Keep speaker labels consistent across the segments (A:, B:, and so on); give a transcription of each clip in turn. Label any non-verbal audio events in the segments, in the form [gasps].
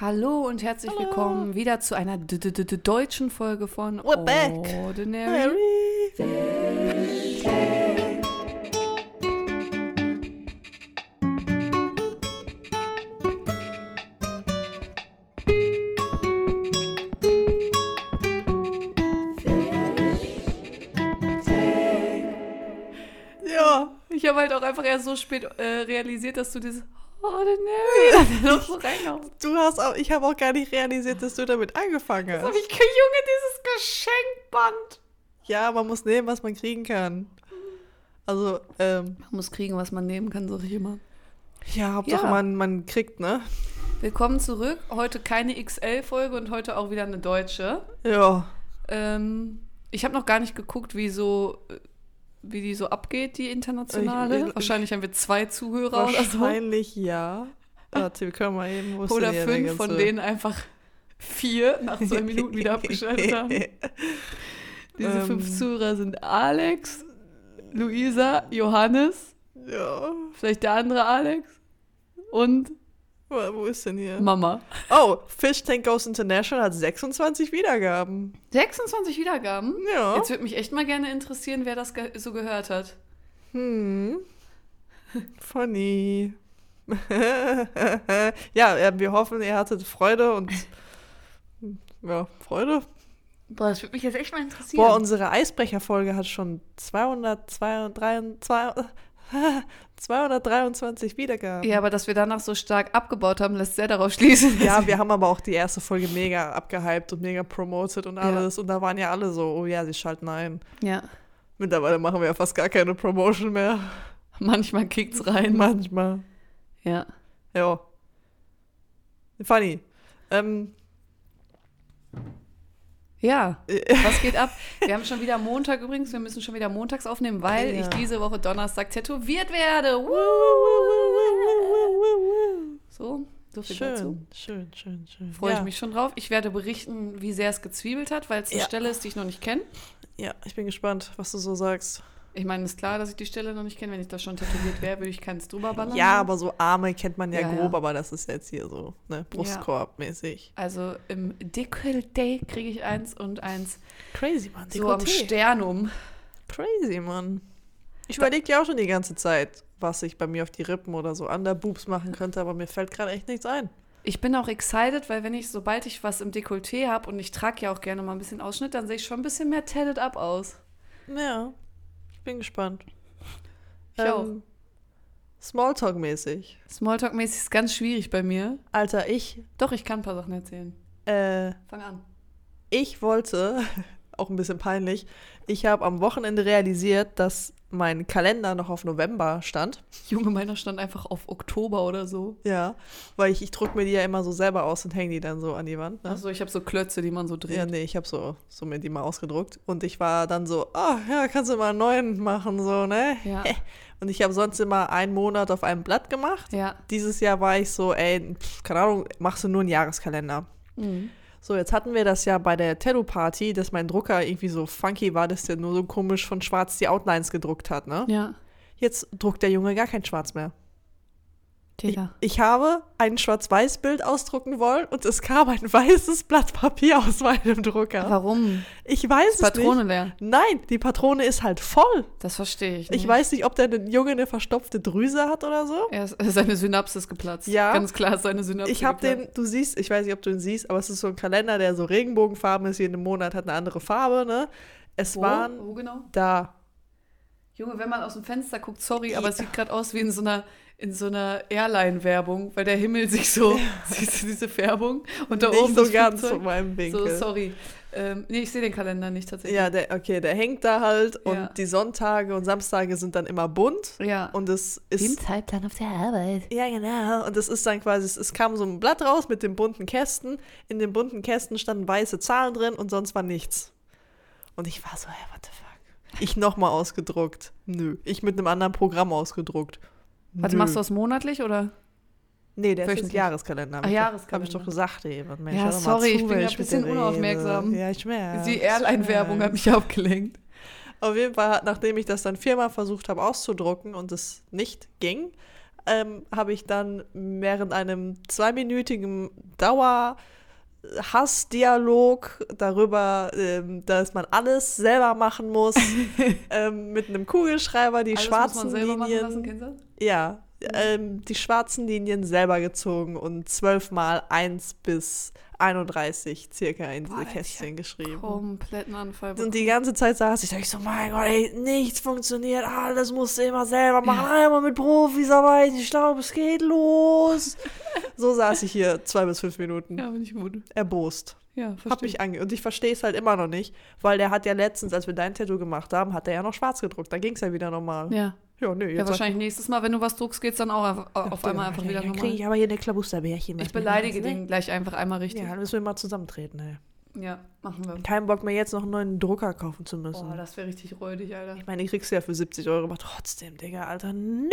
A: Hallo und herzlich
B: Hallo.
A: willkommen wieder zu einer d -d -d -d deutschen Folge von
B: We're back.
A: Ordinary.
B: Ja.
A: Ich habe halt auch einfach erst so spät äh, realisiert, dass du dieses Ordinary [laughs] noch so reinhaust.
B: Du hast auch, ich habe auch gar nicht realisiert, dass du damit angefangen
A: Hab
B: hast.
A: ich, Junge, dieses Geschenkband.
B: Ja, man muss nehmen, was man kriegen kann. Also, ähm,
A: Man muss kriegen, was man nehmen kann, sag ich immer.
B: ja, Hauptsache
A: Ja.
B: Man, man kriegt, ne?
A: Willkommen zurück. Heute keine XL-Folge und heute auch wieder eine deutsche.
B: Ja.
A: Ähm, ich habe noch gar nicht geguckt, wie so äh, wie die so abgeht, die internationale.
B: Ich- ich-
A: Wahrscheinlich haben wir zwei Zuhörer oder so.
B: Wahrscheinlich ja. Warte, wir können mal eben. wo ist
A: Oder
B: denn hier der
A: fünf, von
B: ganze-
A: denen einfach vier nach zwei [laughs] Minuten wieder abgeschaltet haben. [laughs] Diese fünf
B: Ähm.
A: Zuhörer sind Alex, Luisa, Johannes,
B: [laughs] Ja.
A: vielleicht der andere Alex und
B: Wo wo ist denn hier?
A: Mama.
B: Oh, Fish Tank Goes International hat 26 Wiedergaben.
A: 26 Wiedergaben.
B: Ja.
A: Jetzt würde mich echt mal gerne interessieren, wer das ge so gehört hat.
B: Hm. Funny. [laughs] ja, äh, wir hoffen, ihr hattet Freude und. Ja, Freude.
A: Boah, das würde mich jetzt echt mal interessieren.
B: Boah, unsere Eisbrecherfolge hat schon [laughs] 223, 223 Wiedergaben.
A: ja, aber dass wir danach so stark abgebaut haben, lässt sehr darauf schließen. dass-
B: Ja, wir haben aber auch die erste Folge mega abgehypt und mega promoted und alles. Und da waren ja alle so, oh ja, sie schalten ein.
A: [laughs] ja.
B: Mittlerweile machen wir ja fast gar keine Promotion mehr.
A: Manchmal kickt's rein.
B: Manchmal.
A: Ja.
B: Ja. Funny. Ähm, [laughs]
A: Ja,
B: Äh.
A: was geht ab? Wir haben schon wieder Montag übrigens, wir müssen schon wieder montags aufnehmen, weil
B: Ja.
A: ich diese Woche Donnerstag tätowiert werde. Woo! So, so viel dazu.
B: schön, schön, schön, schön.
A: Freue
B: ja.
A: ich mich schon drauf. Ich werde berichten, wie sehr es gezwiebelt hat, weil es eine
B: Ja.
A: Stelle ist, die ich noch nicht kenne.
B: Ja, ich bin gespannt, was du so sagst.
A: Ich meine, ist klar, dass ich die Stelle noch nicht kenne. Wenn ich da schon tätowiert wäre, würde ich keins drüber ballern.
B: Ja, aber so Arme kennt man ja,
A: Ja, ja.
B: grob, aber das ist jetzt hier so, ne, Brustkorb-mäßig.
A: Also im Dekolleté kriege ich eins und eins
B: Crazy, Mann.
A: so am um. Sternum.
B: Crazy, Mann. Ich überlege ja auch schon die ganze Zeit, was ich bei mir auf die Rippen oder so an der Boobs machen könnte, aber mir fällt gerade echt nichts ein.
A: Ich bin auch excited, weil wenn ich, sobald ich was im Dekolleté habe und ich trage ja auch gerne mal ein bisschen Ausschnitt, dann sehe ich schon ein bisschen mehr tatted up aus.
B: Ja, ich bin gespannt. Ähm,
A: Ich auch.
B: Smalltalk-mäßig.
A: Smalltalk-mäßig ist ganz schwierig bei mir.
B: Alter, ich,
A: Doch, ich kann ein paar Sachen erzählen.
B: äh,
A: Fang an.
B: ich wollte, [laughs] auch ein bisschen peinlich, ich habe am Wochenende realisiert, dass mein Kalender noch auf November stand.
A: Junge, meiner stand einfach auf Oktober oder so.
B: Ja, weil ich, ich druck mir die ja immer so selber aus und hänge die dann so an die Wand. Ne?
A: Achso, ich habe so Klötze, die man so dreht.
B: Ja, nee, ich habe so, so mir die mal ausgedruckt. Und ich war dann so, ah, ja, kannst du mal einen neuen machen, so, ne?
A: Ja.
B: [laughs] Und ich habe sonst immer einen Monat auf einem Blatt gemacht.
A: ja.
B: Dieses Jahr war ich so, ey, pf, keine Ahnung, machst du nur einen Jahreskalender.
A: Mhm.
B: So, jetzt hatten wir das ja bei der Tattoo-Party, dass mein Drucker irgendwie so funky war, dass der nur so komisch von schwarz die Outlines gedruckt hat, ne?
A: Ja.
B: Jetzt druckt der Junge gar kein Schwarz mehr. Ich,
A: Digga.
B: ich habe ein Schwarz-Weiß-Bild ausdrucken wollen und es kam ein weißes Blatt Papier aus meinem Drucker.
A: Warum?
B: Ich weiß es
A: Patrone
B: nicht.
A: leer.
B: Nein, die Patrone ist halt voll.
A: Das verstehe ich nicht.
B: Ich weiß nicht, ob der Junge eine verstopfte Drüse hat oder so.
A: Er ist, seine Synapse ist geplatzt.
B: Ja.
A: Ganz klar ist seine Synapse
B: Ich habe
A: geplatzt.
B: den, du siehst, ich weiß nicht, ob du ihn siehst, aber es ist so ein Kalender, der so Regenbogenfarben ist, jeden Monat hat eine andere Farbe, ne? Es
A: Wo?
B: waren
A: Wo genau?
B: da.
A: Junge, wenn man aus dem Fenster guckt, sorry, aber es sieht gerade aus wie in so einer, in so einer Airline-Werbung, weil der Himmel sich so, siehst du [laughs] diese Färbung? Und da
B: nicht
A: oben
B: so
A: das
B: ganz
A: Flugzeug.
B: von meinem
A: So,
B: Winkel.
A: sorry. Ähm, nee, ich sehe den Kalender nicht tatsächlich.
B: ja, der, okay, der hängt da halt und
A: Ja.
B: die Sonntage und Samstage sind dann immer bunt
A: Ja.
B: und es ist
A: Zeitplan auf der Arbeit.
B: ja genau und es ist dann quasi es, es kam so ein Blatt raus mit den bunten Kästen. In den bunten Kästen standen weiße Zahlen drin und sonst war nichts. Und ich war so, hey, what the fuck? Ich nochmal ausgedruckt. Nö, ich mit einem anderen Programm ausgedruckt.
A: Warte,
B: Nö.
A: machst du das monatlich oder?
B: Nee, der ist jetzt
A: Wöchentlich.
B: Jahreskalender. hab
A: Ah,
B: ich doch-
A: Jahreskalender.
B: Hab ich doch gesagt eben. Mensch,
A: Ja,
B: hör doch mal
A: sorry, ich bin
B: wenn
A: ja ein
B: mit
A: bisschen
B: dir rede.
A: unaufmerksam.
B: Ja, äh, ich merke.
A: Die Airline-Werbung hat mich [laughs] abgelenkt.
B: Auf jeden Fall, nachdem ich das dann viermal versucht habe auszudrucken und es nicht ging, ähm, habe ich dann während einem zweiminütigen Dauer Hassdialog darüber, ähm, dass man alles selber
A: [laughs]
B: machen muss, ähm, mit einem Kugelschreiber die
A: Alles muss
B: schwarzen
A: man selber machen
B: Linien.
A: lassen, kennst du? das?
B: Ja,
A: Mhm.
B: ähm, die schwarzen Linien selber gezogen und zwölfmal 1 bis 31 circa in
A: Boah,
B: diese
A: da hätte ich
B: Kästchen geschrieben.
A: Kompletten Anfall.
B: Und die ganze Zeit saß ich, so, ich so, mein Gott, ey, nichts funktioniert, alles musst du immer selber machen, einmal mit Profis arbeiten, ich glaube, es
A: [laughs]
B: geht los. so saß ich hier zwei bis fünf Minuten,
A: Ja, bin ich gut.
B: erbost.
A: Ja,
B: Hab
A: verstehe.
B: mich ange und ich verstehe es halt immer noch nicht, weil der hat ja letztens, als wir dein Tattoo gemacht haben, hat er ja noch schwarz gedruckt, da ging es ja wieder normal.
A: Ja.
B: Ja, nö, jetzt
A: ja, wahrscheinlich nächstes Mal, wenn du was druckst, geht's dann auch auf, auf einmal einfach wieder
B: Dann
A: normal.
B: kriege ich aber hier eine Klabusterbärchen.
A: Ich beleidige den gleich einfach einmal richtig.
B: ne? Ja,
A: Ja,
B: dann müssen wir mal zusammentreten, ey.
A: machen wir.
B: Kein Bock mehr, jetzt noch einen neuen Drucker kaufen zu müssen.
A: Boah, das wäre richtig räudig, Alter.
B: ich meine, ich krieg's ja für 70 Euro, aber trotzdem, Digga, Alter, nö!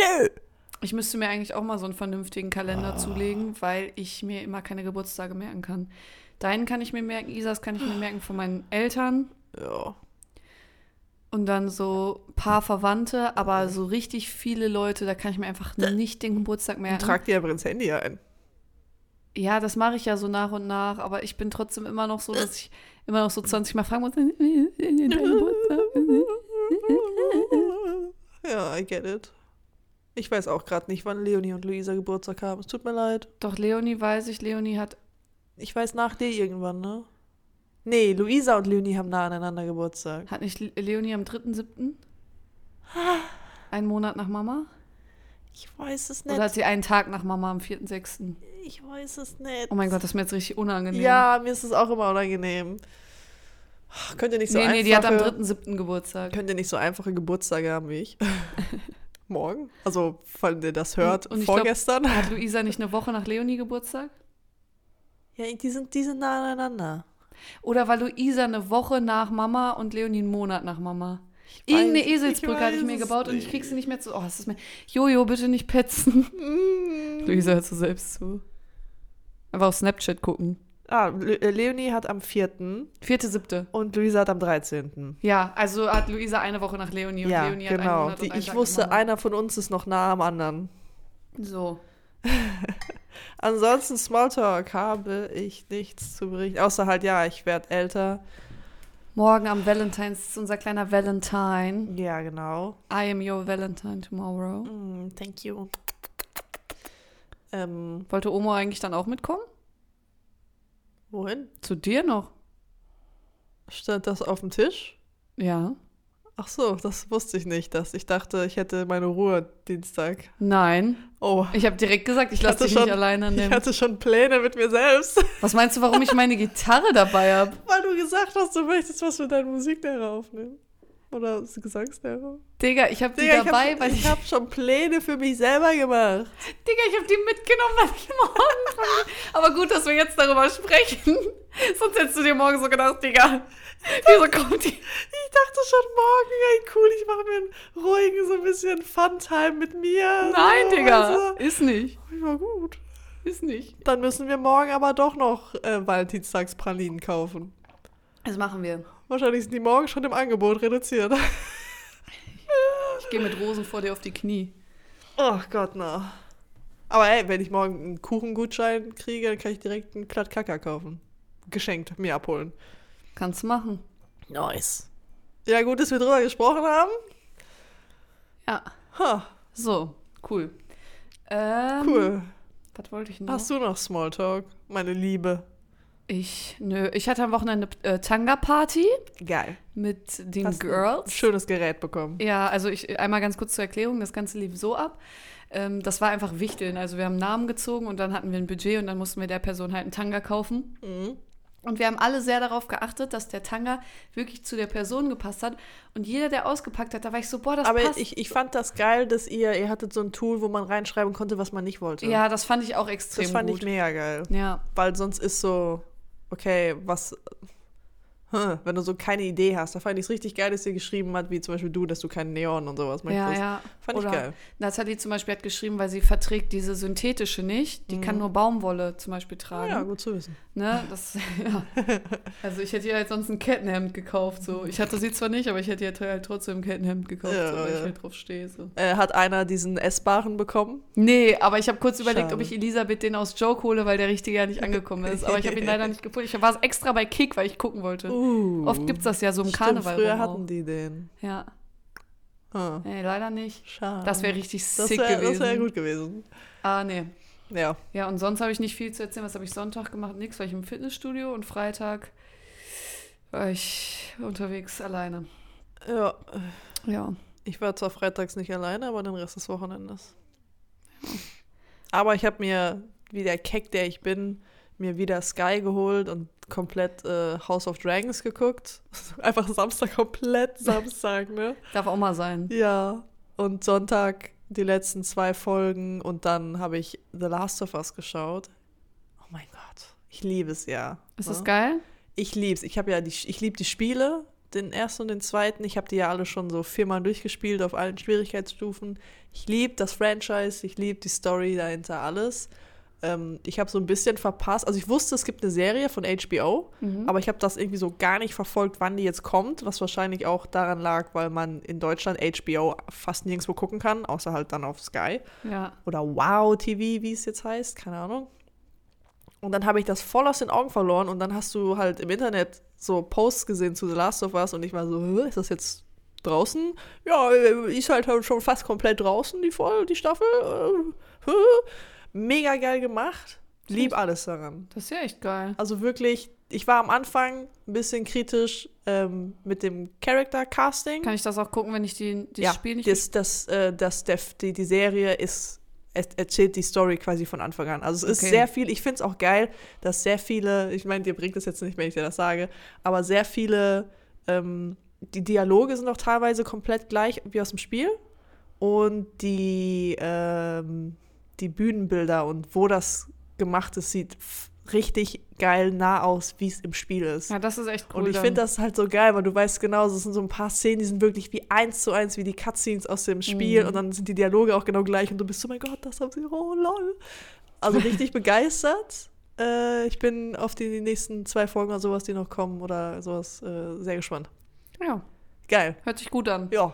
A: Ich müsste mir eigentlich auch mal so einen vernünftigen Kalender zulegen, weil ich mir immer keine Geburtstage merken kann. Deinen kann ich mir merken, Isas kann ich mir merken von meinen Eltern
B: Ja.
A: und dann so ein paar Verwandte, aber so richtig viele Leute, da kann ich mir einfach nicht den Geburtstag merken.
B: Trag dir aber ins
A: [laughs]
B: Handy ein.
A: Ja, das mache ich ja so nach und nach, aber ich bin trotzdem immer noch so, dass ich immer noch so 20 Mal fragen muss. [laughs] "Dein Geburtstag?"
B: Ja, I get it. Ich weiß auch gerade nicht, wann Leonie und Luisa Geburtstag haben. Es tut mir leid.
A: Doch Leonie weiß ich, Leonie hat.
B: Ich weiß nach dir irgendwann, ne? Nee, Luisa und Leonie haben nah aneinander Geburtstag.
A: Hat nicht Leonie am 3.7.? Einen Monat nach Mama?
B: Ich weiß es
A: Oder
B: nicht.
A: hat sie einen Tag nach Mama am 4.6.?
B: Ich weiß es nicht.
A: Oh mein Gott, das ist mir jetzt richtig unangenehm.
B: Ja, mir ist es auch immer unangenehm. Könnt ihr nicht so
A: nee,
B: einfache,
A: nee, die hat am 3.7. Geburtstag.
B: könnt ihr nicht so einfache Geburtstage
A: [laughs]
B: haben wie ich? Morgen? Also, falls ihr das hört,
A: Und- und ich glaub-
B: vorgestern.
A: Hat Luisa nicht eine Woche nach Leonie Geburtstag?
B: ja, die sind, die sind nah aneinander.
A: Oder war Luisa eine Woche nach Mama und Leonie einen Monat nach Mama?
B: Ich weiß-
A: Irgendeine
B: ich
A: Eselsbrücke hatte ich
B: weiß
A: mir
B: es
A: gebaut und ich
B: nicht.
A: krieg sie nicht mehr zu. Oh, es ist mir. Jojo, bitte nicht
B: [laughs]
A: petzen.
B: Mm.
A: Luisa hört so selbst zu. Einfach auf Snapchat gucken.
B: Ah, Le äh, Leonie hat am 4.
A: Vierte, siebte.
B: und Luisa hat am 13.
A: Ja, also hat Luisa eine Woche nach Leonie und
B: ja,
A: Leonie hat einen
B: genau.
A: Monat
B: Die,
A: und einen
B: ich
A: Tag
B: wusste,
A: nach Mama.
B: einer von uns ist noch nah am anderen.
A: So.
B: Ansonsten Smalltalk habe ich nichts zu berichten. Außer halt, ja, ich werde älter.
A: Morgen am Valentine's ist unser kleiner Valentine.
B: Ja, genau.
A: I am your Valentine tomorrow.
B: Mm, thank you. Ähm,
A: Wollte Oma eigentlich dann auch mitkommen?
B: wohin?
A: Zu dir noch?
B: Stand das auf dem Tisch?
A: Ja.
B: Ach so, das wusste ich nicht. Dass ich dachte, ich hätte meine Ruhe Dienstag.
A: Nein.
B: Oh,
A: Ich habe direkt gesagt, ich
B: Ich
A: lasse
B: hatte
A: dich nicht
B: schon-
A: alleine
B: ich
A: nehmen.
B: hatte schon Pläne mit mir selbst, [laughs]
A: Was meinst du, warum ich meine Gitarre dabei habe?
B: weil du gesagt hast, du möchtest was für deinen Musiklehrer aufnehmen. Oder Gesangslehrer.
A: Digga, ich habe die
B: Digga,
A: dabei,
B: ich habe
A: weil
B: ich
A: ich,
B: hab schon Pläne für mich selber gemacht.
A: Digga, ich habe die mitgenommen, weil ich morgen von Aber gut, dass wir jetzt darüber sprechen. [laughs] Sonst hättest du dir morgen so gedacht, Digga, wieso kommt die?
B: Ich dachte schon morgen, ey, cool, ich mache mir einen ruhigen, so ein bisschen Fun-Time mit mir.
A: Nein,
B: [laughs] so,
A: Digga,
B: Also,
A: ist nicht,
B: ja, gut.
A: ist nicht.
B: Dann müssen wir morgen aber doch noch äh, Valentinstagspralinen kaufen.
A: Das machen wir.
B: Wahrscheinlich sind die morgen schon im Angebot reduziert.
A: Ich gehe mit Rosen vor dir auf die Knie.
B: Ach Gott, na. Aber ey, wenn ich morgen einen Kuchengutschein kriege, dann kann ich direkt einen Platt Kaka kaufen. Geschenkt, mir abholen.
A: Kannst du machen.
B: Nice. Ja, gut, dass wir drüber gesprochen haben.
A: Ja,
B: Ha,
A: so, cool. Ähm,
B: cool.
A: Was wollte ich noch?
B: Hast du noch Smalltalk, meine Liebe?
A: Ich, nö, ich hatte am Wochenende äh, Tanga-Party
B: Geil.
A: mit den
B: Hast Ein
A: Girls.
B: schönes Gerät bekommen.
A: Ja, also ich einmal ganz kurz zur Erklärung, das Ganze lief so ab. Ähm, das war einfach Wichteln. Also wir haben Namen gezogen und dann hatten wir ein Budget und dann mussten wir der Person halt einen Tanga kaufen.
B: Mhm.
A: Und wir haben alle sehr darauf geachtet, dass der Tanga wirklich zu der Person gepasst hat. Und jeder, der ausgepackt hat, da war ich so, boah, das
B: Aber
A: passt.
B: ich, ich fand das geil, dass ihr, ihr hattet so ein Tool, wo man reinschreiben konnte, was man nicht wollte.
A: ja, das fand ich auch extrem
B: das fand
A: gut.
B: ich mega geil.
A: ja,
B: Weil sonst ist so, okay, was, hm, wenn du so keine Idee hast. Da fand ich es richtig geil, dass sie geschrieben hat, wie zum Beispiel du, dass du keinen Neon und sowas
A: Ja,
B: möchtest.
A: ja.
B: Fand ich
A: Oder
B: geil.
A: Nathalie zum Beispiel hat geschrieben, weil sie verträgt diese synthetische nicht. Die kann nur Baumwolle zum Beispiel tragen.
B: Mhm. Ja, gut zu wissen.
A: Ne? Das, [laughs] ja. Also ich hätte ihr halt sonst ein Kettenhemd gekauft. So. Ich hatte sie zwar nicht, aber ich hätte ihr halt trotzdem ein Kettenhemd gekauft,
B: Ja,
A: so, weil
B: ja.
A: ich halt drauf stehe. So.
B: Äh, hat einer diesen essbaren bekommen?
A: Nee, aber ich habe kurz überlegt,
B: Schade.
A: ob ich Elisabeth den aus Joke hole, weil der richtige ja nicht angekommen ist. Aber ich habe ihn leider nicht gefunden. Ich war extra bei Kick, weil ich gucken wollte.
B: Uh.
A: Oft gibt es das ja so im
B: Stimmt,
A: Karneval.
B: Früher
A: rum
B: hatten
A: auch.
B: die den.
A: Ja,
B: Hm.
A: nee, leider nicht.
B: Schade.
A: Das wäre richtig
B: das
A: sick
B: wär,
A: gewesen.
B: Das wäre gut gewesen.
A: Ah, nee.
B: Ja.
A: Ja, und sonst habe ich nicht viel zu erzählen. Was habe ich Sonntag gemacht? Nix, weil ich im Fitnessstudio und Freitag war ich unterwegs alleine.
B: ja.
A: Ja.
B: Ich war zwar freitags nicht alleine, aber den Rest des Wochenendes. Aber ich habe mir, wie der Keck, der ich bin, mir wieder Sky geholt und komplett äh, House of Dragons geguckt. [laughs] Einfach Samstag komplett Samstag, ne?
A: Darf auch mal sein.
B: Ja. Und Sonntag die letzten zwei Folgen und dann habe ich The Last of Us geschaut. Oh mein Gott, ich liebe es ja.
A: Ist
B: ne?
A: das geil?
B: Ich lieb's. Ich habe ja die, ich lieb die Spiele, den ersten und den zweiten. Ich habe die ja alle schon so viermal durchgespielt auf allen Schwierigkeitsstufen. Ich lieb das Franchise, ich lieb die Story dahinter alles. Ähm, ich habe so ein bisschen verpasst. Also ich wusste, es gibt eine Serie von HBO,
A: Mhm.
B: aber ich habe das irgendwie so gar nicht verfolgt, wann die jetzt kommt, was wahrscheinlich auch daran lag, weil man in Deutschland HBO fast nirgendwo gucken kann, außer halt dann auf Sky
A: Ja.
B: oder Wow TV, wie es jetzt heißt, keine Ahnung. Und dann habe ich das voll aus den Augen verloren und dann hast du halt im Internet so Posts gesehen zu The Last of Us und ich war so, "Hä, ist das jetzt draußen? Ja, äh, ist halt schon fast komplett draußen, die Folge, die Staffel. Äh, hä?" Mega geil gemacht. Lieb alles daran.
A: Das ist ja echt geil.
B: Also wirklich, ich war am Anfang ein bisschen kritisch ähm, mit dem Character-Casting
A: Kann ich das auch gucken, wenn ich die, die Spiel nicht
B: das, das, äh, das, der, die, die Serie ist, es erzählt die Story quasi von Anfang an. Also es ist
A: Okay.
B: sehr viel, ich finde es auch geil, dass sehr viele, ich meine, dir bringt das jetzt nicht, wenn ich dir das sage, aber sehr viele, ähm, die Dialoge sind auch teilweise komplett gleich wie aus dem Spiel und die, ähm, die Bühnenbilder und wo das gemacht ist, sieht f- richtig geil nah aus, wie es im Spiel ist.
A: Ja, das ist echt cool.
B: Und ich
A: dann.
B: finde das halt so geil, weil du weißt genau, es sind so ein paar Szenen, die sind wirklich wie eins zu eins, wie die Cutscenes aus dem
A: Mhm.
B: Spiel. Und dann sind die Dialoge auch genau gleich. Und du bist so, mein Gott, das haben sie, oh lol. Also
A: [laughs]
B: richtig begeistert. Äh, ich bin auf die nächsten zwei Folgen oder sowas, die noch kommen oder sowas, äh, sehr gespannt.
A: Ja,
B: Geil.
A: hört sich gut an.
B: Ja,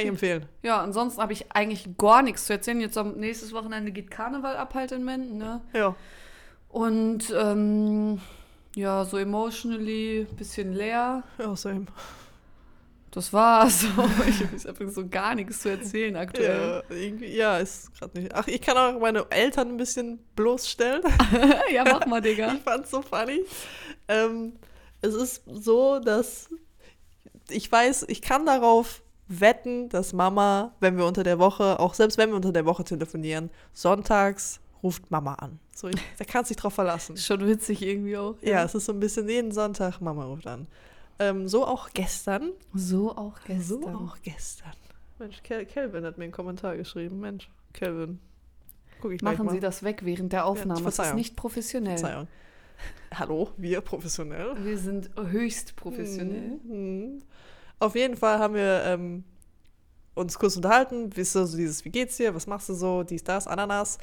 A: Hm.
B: ich empfehlen.
A: Ja, ansonsten habe ich eigentlich gar nichts zu erzählen. Jetzt am nächstes Wochenende geht Karneval ab halt in Menden, ne?
B: Ja.
A: Und ähm, ja, so emotionally bisschen leer.
B: Ja, same.
A: Das war's. [laughs] ich habe einfach so gar nichts zu erzählen aktuell.
B: Ja, Äh, irgendwie, ja ist gerade nicht. Ach, ich kann auch meine Eltern ein bisschen bloßstellen.
A: [laughs] ja, mach mal, Digga.
B: Ich fand's so funny. Ähm, es ist so, dass ich weiß, ich kann darauf wetten, dass Mama, wenn wir unter der Woche, auch selbst wenn wir unter der Woche telefonieren, sonntags ruft Mama an. So, ich, da kannst du dich drauf verlassen.
A: Ist Schon witzig irgendwie auch.
B: Ja, es ist so ein bisschen jeden Sonntag, Mama ruft an. Ähm, so auch gestern.
A: So auch gestern.
B: So auch gestern. Mensch, Kel Kelvin hat mir einen Kommentar geschrieben. Mensch, Kelvin. Guck ich
A: Machen
B: gleich mal.
A: Sie das weg während der Aufnahme. das ist
B: Verzeihung.
A: nicht professionell.
B: Verzeihung. Hallo, wir professionell.
A: Wir sind höchst professionell.
B: Mhm. Auf jeden Fall haben wir ähm, uns kurz unterhalten. Wie ist so dieses, wie geht's dir? Was machst du so? Dies, das, Ananas.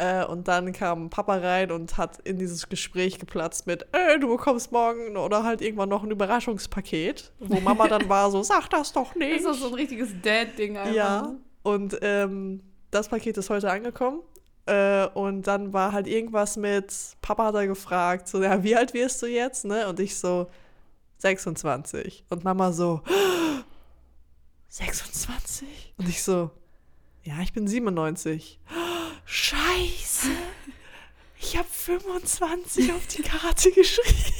B: Äh, und dann kam Papa rein und hat in dieses Gespräch geplatzt mit, äh, du bekommst morgen oder halt irgendwann noch ein Überraschungspaket. Wo Mama dann
A: [laughs]
B: war so, sag das doch nicht.
A: Ist das so ein richtiges Dad-Ding einfach?
B: Ja,
A: ne?
B: und ähm, das Paket ist heute angekommen. Äh, und dann war halt irgendwas mit, Papa hat da gefragt, so, ja, wie alt wirst du jetzt, ne? Und ich so, 26. Und Mama so, [gasps] 26? Und ich so, ja, ich bin 97. Scheiße! Ich habe 25 auf die Karte [laughs] geschrieben.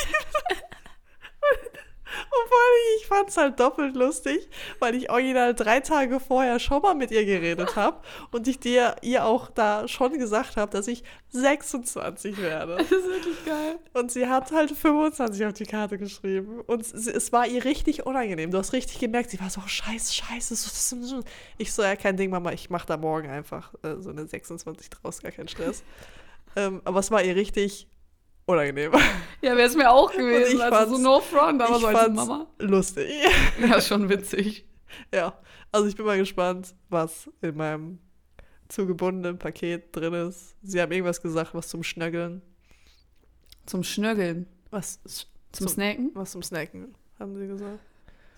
B: Und vor allem, ich fand es halt doppelt lustig, weil ich original drei Tage vorher schon mal mit ihr geredet habe und ich dir ihr auch da schon gesagt habe, dass ich 26 werde.
A: Das ist wirklich geil.
B: Und sie hat halt 25 auf die Karte geschrieben. Und es, es war ihr richtig unangenehm. Du hast richtig gemerkt, sie war so, oh, scheiße, scheiße. So, das ist so. Ich so, ja, kein Ding, Mama, ich mach da morgen einfach äh, so eine 26 draus, gar kein Stress. ähm, aber es war ihr richtig unangenehm. [laughs]
A: Ja, wäre es mir auch gewesen.
B: ich
A: Also so
B: fand's-
A: no front, aber
B: ich
A: so als
B: fand's
A: Mama.
B: lustig. [laughs]
A: Ja, schon witzig.
B: Ja, also ich bin mal gespannt, was in meinem zugebundenen Paket drin ist. Sie haben irgendwas gesagt, was zum Schnöggeln.
A: Zum Schnörgeln,
B: Was,
A: zum
B: Zum-
A: Snacken,
B: was zum Snacken, haben sie gesagt.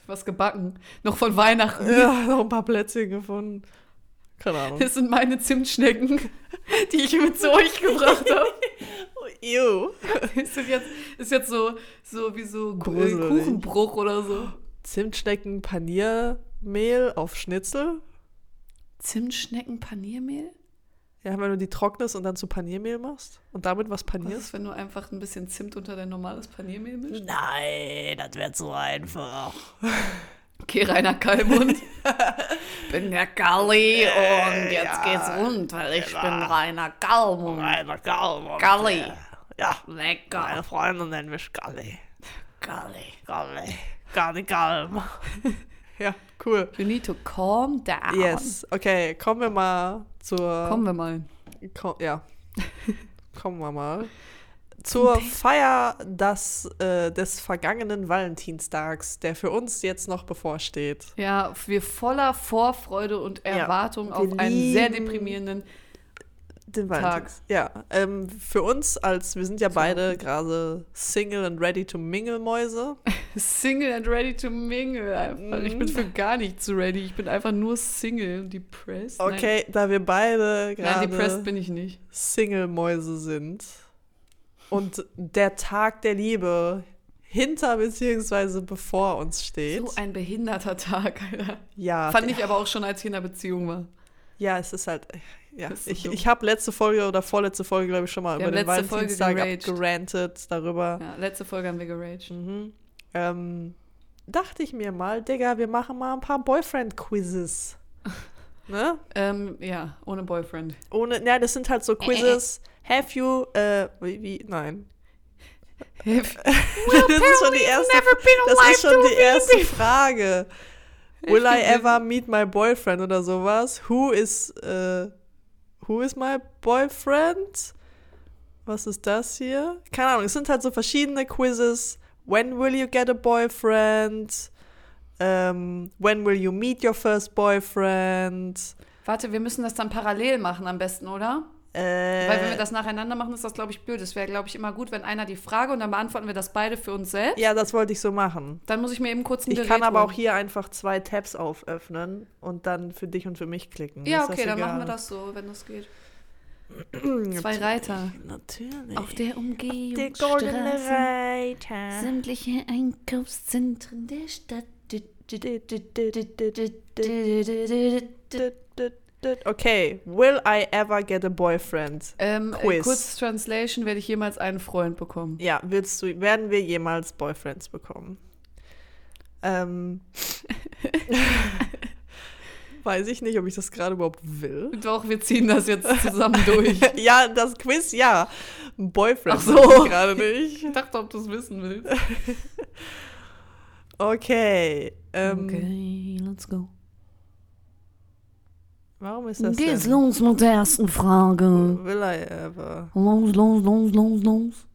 A: was gebacken. Noch von Weihnachten.
B: Ja, [laughs] noch ein paar Plätzchen gefunden. Keine Ahnung.
A: Das sind meine Zimtschnecken, [laughs] die ich mit zu euch gebracht habe.
B: [laughs]
A: [laughs]
B: Ew.
A: Ist das jetzt, ist jetzt so, so wie so Gru-
B: Gruselig.
A: Kuchenbruch oder so.
B: Zimtschnecken, Paniermehl auf Schnitzel.
A: Zimtschnecken Paniermehl?
B: Ja, wenn du die trocknest und dann zu Paniermehl machst und damit was
A: Was
B: panierst.
A: ist, wenn du einfach ein bisschen Zimt unter dein normales Paniermehl mischst?
B: Nein, das wäre zu einfach.
A: Okay, Rainer [laughs] Kallmund. bin der Galli und
B: jetzt geht's
A: rund, weil ich bin Rainer Kallmund.
B: Rainer Kallmund.
A: Galli.
B: Ja,
A: Lecker.
B: Freunde nennen mich Galli.
A: Galli.
B: Galli. Galli Galm. [laughs] ja, cool.
A: You need to calm down.
B: Yes, okay, kommen wir mal zur...
A: Kommen wir mal.
B: Ko
A: [laughs]
B: ja. Kommen wir mal. Zur Feier das, äh, des vergangenen Valentinstags, der für uns jetzt noch bevorsteht.
A: Ja, wir voller Vorfreude und Erwartung
B: wir
A: auf einen sehr
B: lieben-
A: deprimierenden.
B: Den Valentinstag. Ja, ähm, für uns als, wir sind ja beide gerade Single and ready to
A: [laughs]
B: mingle Mäuse.
A: Single and ready to mingle. Einfach. Ich bin
B: Mhm.
A: für gar nichts ready. Ich bin einfach nur Single und depressed.
B: Okay, da wir beide
A: Nein, nein depressed
B: gerade
A: bin ich nicht.
B: Single Mäuse sind und der Tag der Liebe hinter bzw. bevor uns steht.
A: So ein behinderter Tag, Alter.
B: ja,
A: Fand ich aber auch schon, als ich in einer Beziehung war.
B: Ja, es ist halt. Ja,
A: Das ist
B: ich,
A: dumm.
B: ich habe letzte Folge oder vorletzte Folge, glaube ich, schon mal
A: Wir
B: über den
A: haben letzte Folge
B: Valentinstag
A: geraged.
B: abgerantet darüber.
A: Ja, letzte Folge haben wir geraged.
B: Mhm. Ähm, dachte ich mir mal, Digga, wir machen mal ein paar
A: [laughs]
B: Boyfriend-Quizzes. ne?
A: Ähm, ja, ohne Boyfriend.
B: Ohne, na, das sind halt
A: Äh,
B: so Quizzes. Have you, äh, wie, wie, nein. [laughs]
A: Will
B: das ist schon die erste, das ist schon die erste Frage. Will I ever meet my boyfriend oder sowas? Who is, äh, who is my boyfriend? Was ist das hier? Keine Ahnung, es sind halt so verschiedene Quizzes. When will you get a boyfriend? Ähm, when will you meet your first boyfriend?
A: Warte, wir müssen das dann parallel machen am besten, oder?
B: Äh,
A: Weil wenn wir das nacheinander machen, ist das, glaube ich, blöd. Es wäre, glaube ich, immer gut, wenn einer die Frage und dann beantworten wir das beide für uns selbst.
B: ja, das wollte ich so machen.
A: Dann muss ich mir eben kurz ein
B: Ich
A: Gerät
B: kann aber auch
A: holen.
B: hier einfach zwei Tabs auföffnen und dann für dich und für mich klicken.
A: Ja,
B: Ist das
A: okay, dann machen wir
B: egal?
A: das so, wenn das geht.
B: [clears throat]
A: Zwei Reiter.
B: Natürlich.
A: Auf der Um-
B: der
A: Umgehungsstraße
B: goldene Reiter.
A: sämtliche Einkaufszentren der Stadt.
B: Okay, will I ever get a boyfriend?
A: Ähm, äh,
B: Quiz.
A: kurz Translation, werde ich jemals einen Freund bekommen?
B: Ja, willst du, werden wir jemals Boyfriends bekommen?
A: [laughs]
B: Ähm, weiß ich nicht, ob ich das gerade überhaupt will.
A: Doch, wir ziehen das
B: [laughs]
A: jetzt zusammen durch.
B: Ja, das Quiz, ja. Boyfriend
A: Ach so.
B: will ich gerade nicht.
A: Ich dachte, ob du es wissen willst.
B: Okay. Ähm,
A: Okay, let's go.
B: Warum ist das
C: Geht's
B: denn?
C: los mit der ersten Frage.
B: Will I ever?
C: Los, los, los, los, los.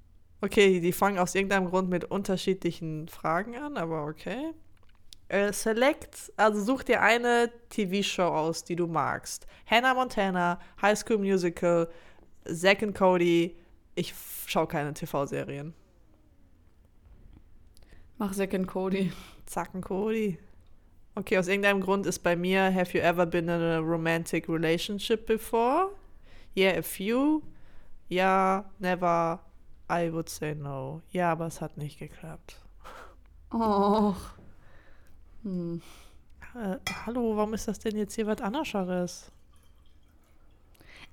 B: Okay, die fangen aus irgendeinem Grund mit unterschiedlichen Fragen an, aber okay. Äh, select, also such dir eine TV-Show aus, die du magst. Hannah Montana, High School Musical, Zack and Cody. Ich f- schau keine TV-Serien.
A: Mach Zack and Cody.
B: Zack and Cody. Okay, aus irgendeinem Grund ist bei mir Have you ever been in a romantic relationship before? Yeah, a few. Ja, never. I would say no. Ja, aber es hat nicht geklappt.
A: Och. Hm.
B: Äh, hallo, warum ist das denn jetzt hier was Anascheres?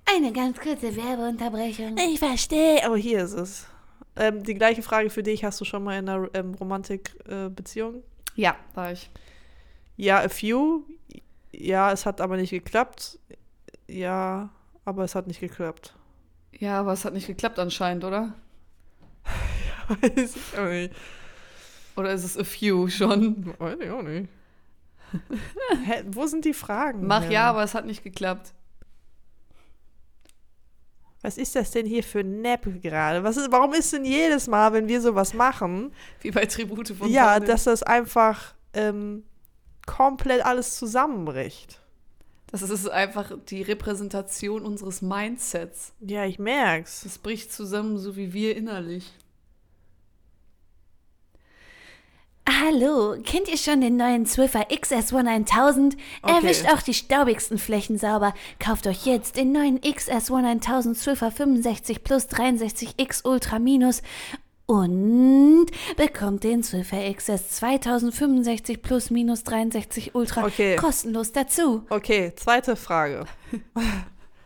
C: Eine ganz kurze Werbeunterbrechung.
B: Ich verstehe. Oh, hier ist es. Ähm, die gleiche Frage für dich. Hast du schon mal in einer ähm, Romantik-Beziehung?
A: Ja, war ich.
B: ja, a few. Ja, es hat aber nicht geklappt. Ja, aber es hat nicht geklappt. [laughs]
A: Ja, aber es hat nicht geklappt anscheinend, oder?
B: Weiß ich auch nicht.
A: Oder ist es a few schon?
B: Weiß ich auch nicht. [laughs] Hä, wo sind die Fragen?
A: Mach
B: hin?
A: ja, aber es hat nicht geklappt.
B: Was ist das denn hier für ein Nap gerade? Was ist, warum ist denn jedes Mal, wenn wir sowas machen,
A: Wie bei Tribute von
B: ja,
A: Panem.
B: dass das einfach ähm, komplett alles zusammenbricht?
A: Das ist einfach die Repräsentation unseres Mindsets.
B: Ja, ich merk's.
A: Das bricht zusammen, so wie wir innerlich.
C: Hallo, kennt ihr schon den neuen Zwölfer XS1 1000?
B: Okay.
C: Erwischt auch die staubigsten Flächen sauber. Kauft euch jetzt den neuen XS1 1000 Zwölfer 65 plus 63X Ultra Minus und bekommt den Zwölfer XS 2065 plus minus 63 Ultra
B: Okay.
C: kostenlos dazu.
B: Okay, zweite Frage.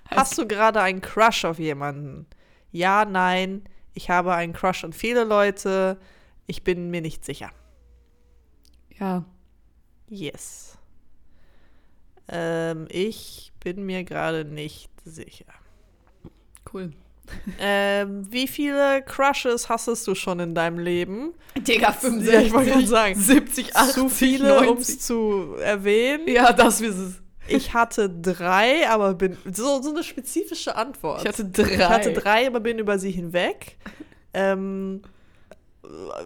B: Hast du gerade einen Crush auf jemanden? Ja, nein. Ich habe einen Crush on viele Leute. Ich bin mir nicht sicher.
A: Ja.
B: Yes. Ähm, ich bin mir gerade nicht
A: [laughs]
B: sicher.
A: Cool.
B: Ähm, wie viele Crushes hattest du schon in deinem Leben?
A: Digga,
B: Ja, ich wollte gerade
A: 65,
B: sagen.
A: 70, 80,
B: zu viele, um
A: 90.
B: es zu erwähnen.
A: Ja, das ist es.
B: Ich hatte drei, aber bin. So, so eine spezifische Antwort.
A: Ich hatte drei.
B: Ich hatte drei, aber bin über sie hinweg. Ähm,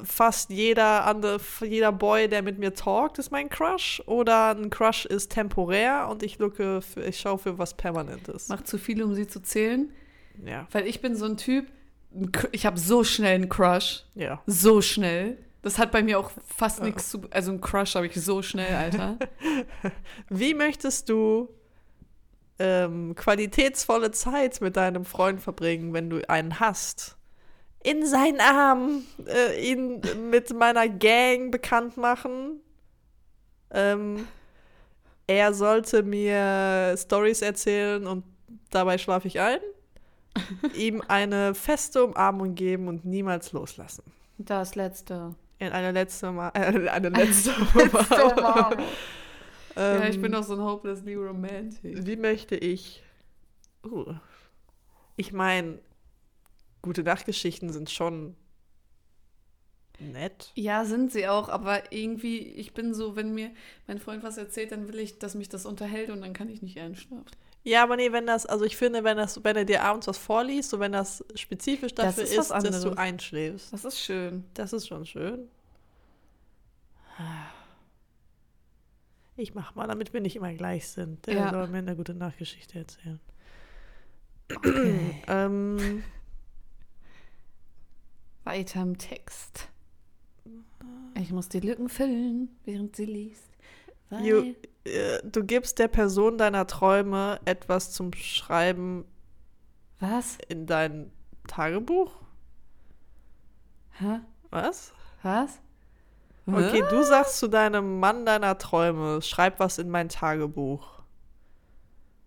B: fast jeder andere, jeder Boy, der mit mir talkt, ist mein Crush. Oder ein Crush ist temporär und ich lucke, für, ich schaue für was Permanentes.
A: Macht zu viele, um sie zu zählen.
B: Ja,
A: Weil ich bin so ein Typ, ein Cr- ich habe so schnell einen Crush.
B: ja.
A: So schnell. Das hat bei mir auch fast nichts zu. Also einen Crush habe ich so schnell, Alter.
B: Wie möchtest du ähm, qualitätsvolle Zeit mit deinem Freund verbringen, wenn du einen hast? In seinen Armen, äh, ihn mit meiner Gang bekannt machen. Ähm, er sollte mir Stories erzählen und dabei schlafe
A: [laughs]
B: ich ein. Ihm eine feste Umarmung geben und niemals loslassen.
A: [laughs] Das [laughs] letzte.
B: In eine letzte Mal. Äh,
A: [laughs]
B: eine letzte Mal.
A: Ja, ich [laughs] bin doch so ein hopelessly romantic.
B: Wie möchte ich. Uh. Ich meine, gute Nachtgeschichten sind schon nett.
A: Ja, sind sie auch, aber irgendwie, ich bin so, wenn mir mein Freund was erzählt, dann will ich, dass mich das unterhält und dann kann ich nicht einschlafen.
B: Ja, aber nee, wenn das, also ich finde, wenn das, wenn er dir abends was vorliest, so wenn das spezifisch
A: Das
B: dafür
A: ist was
B: ist, dass du
A: anderes.
B: einschläfst,
A: Das ist schön.
B: das ist schon schön. Ich mach mal, damit wir nicht immer gleich sind. Der
A: Ja.
B: soll mir eine gute Nachtgeschichte erzählen. [clears throat] ähm,
A: Weiter im Text. Ich muss die Lücken füllen, während sie liest. Weil
B: Ju- äh, du gibst der Person deiner Träume etwas zum Schreiben
A: Was?
B: in dein Tagebuch?
A: Hä?
B: Was?
A: Was?
B: Okay, du sagst zu deinem Mann deiner Träume, schreib was in mein Tagebuch.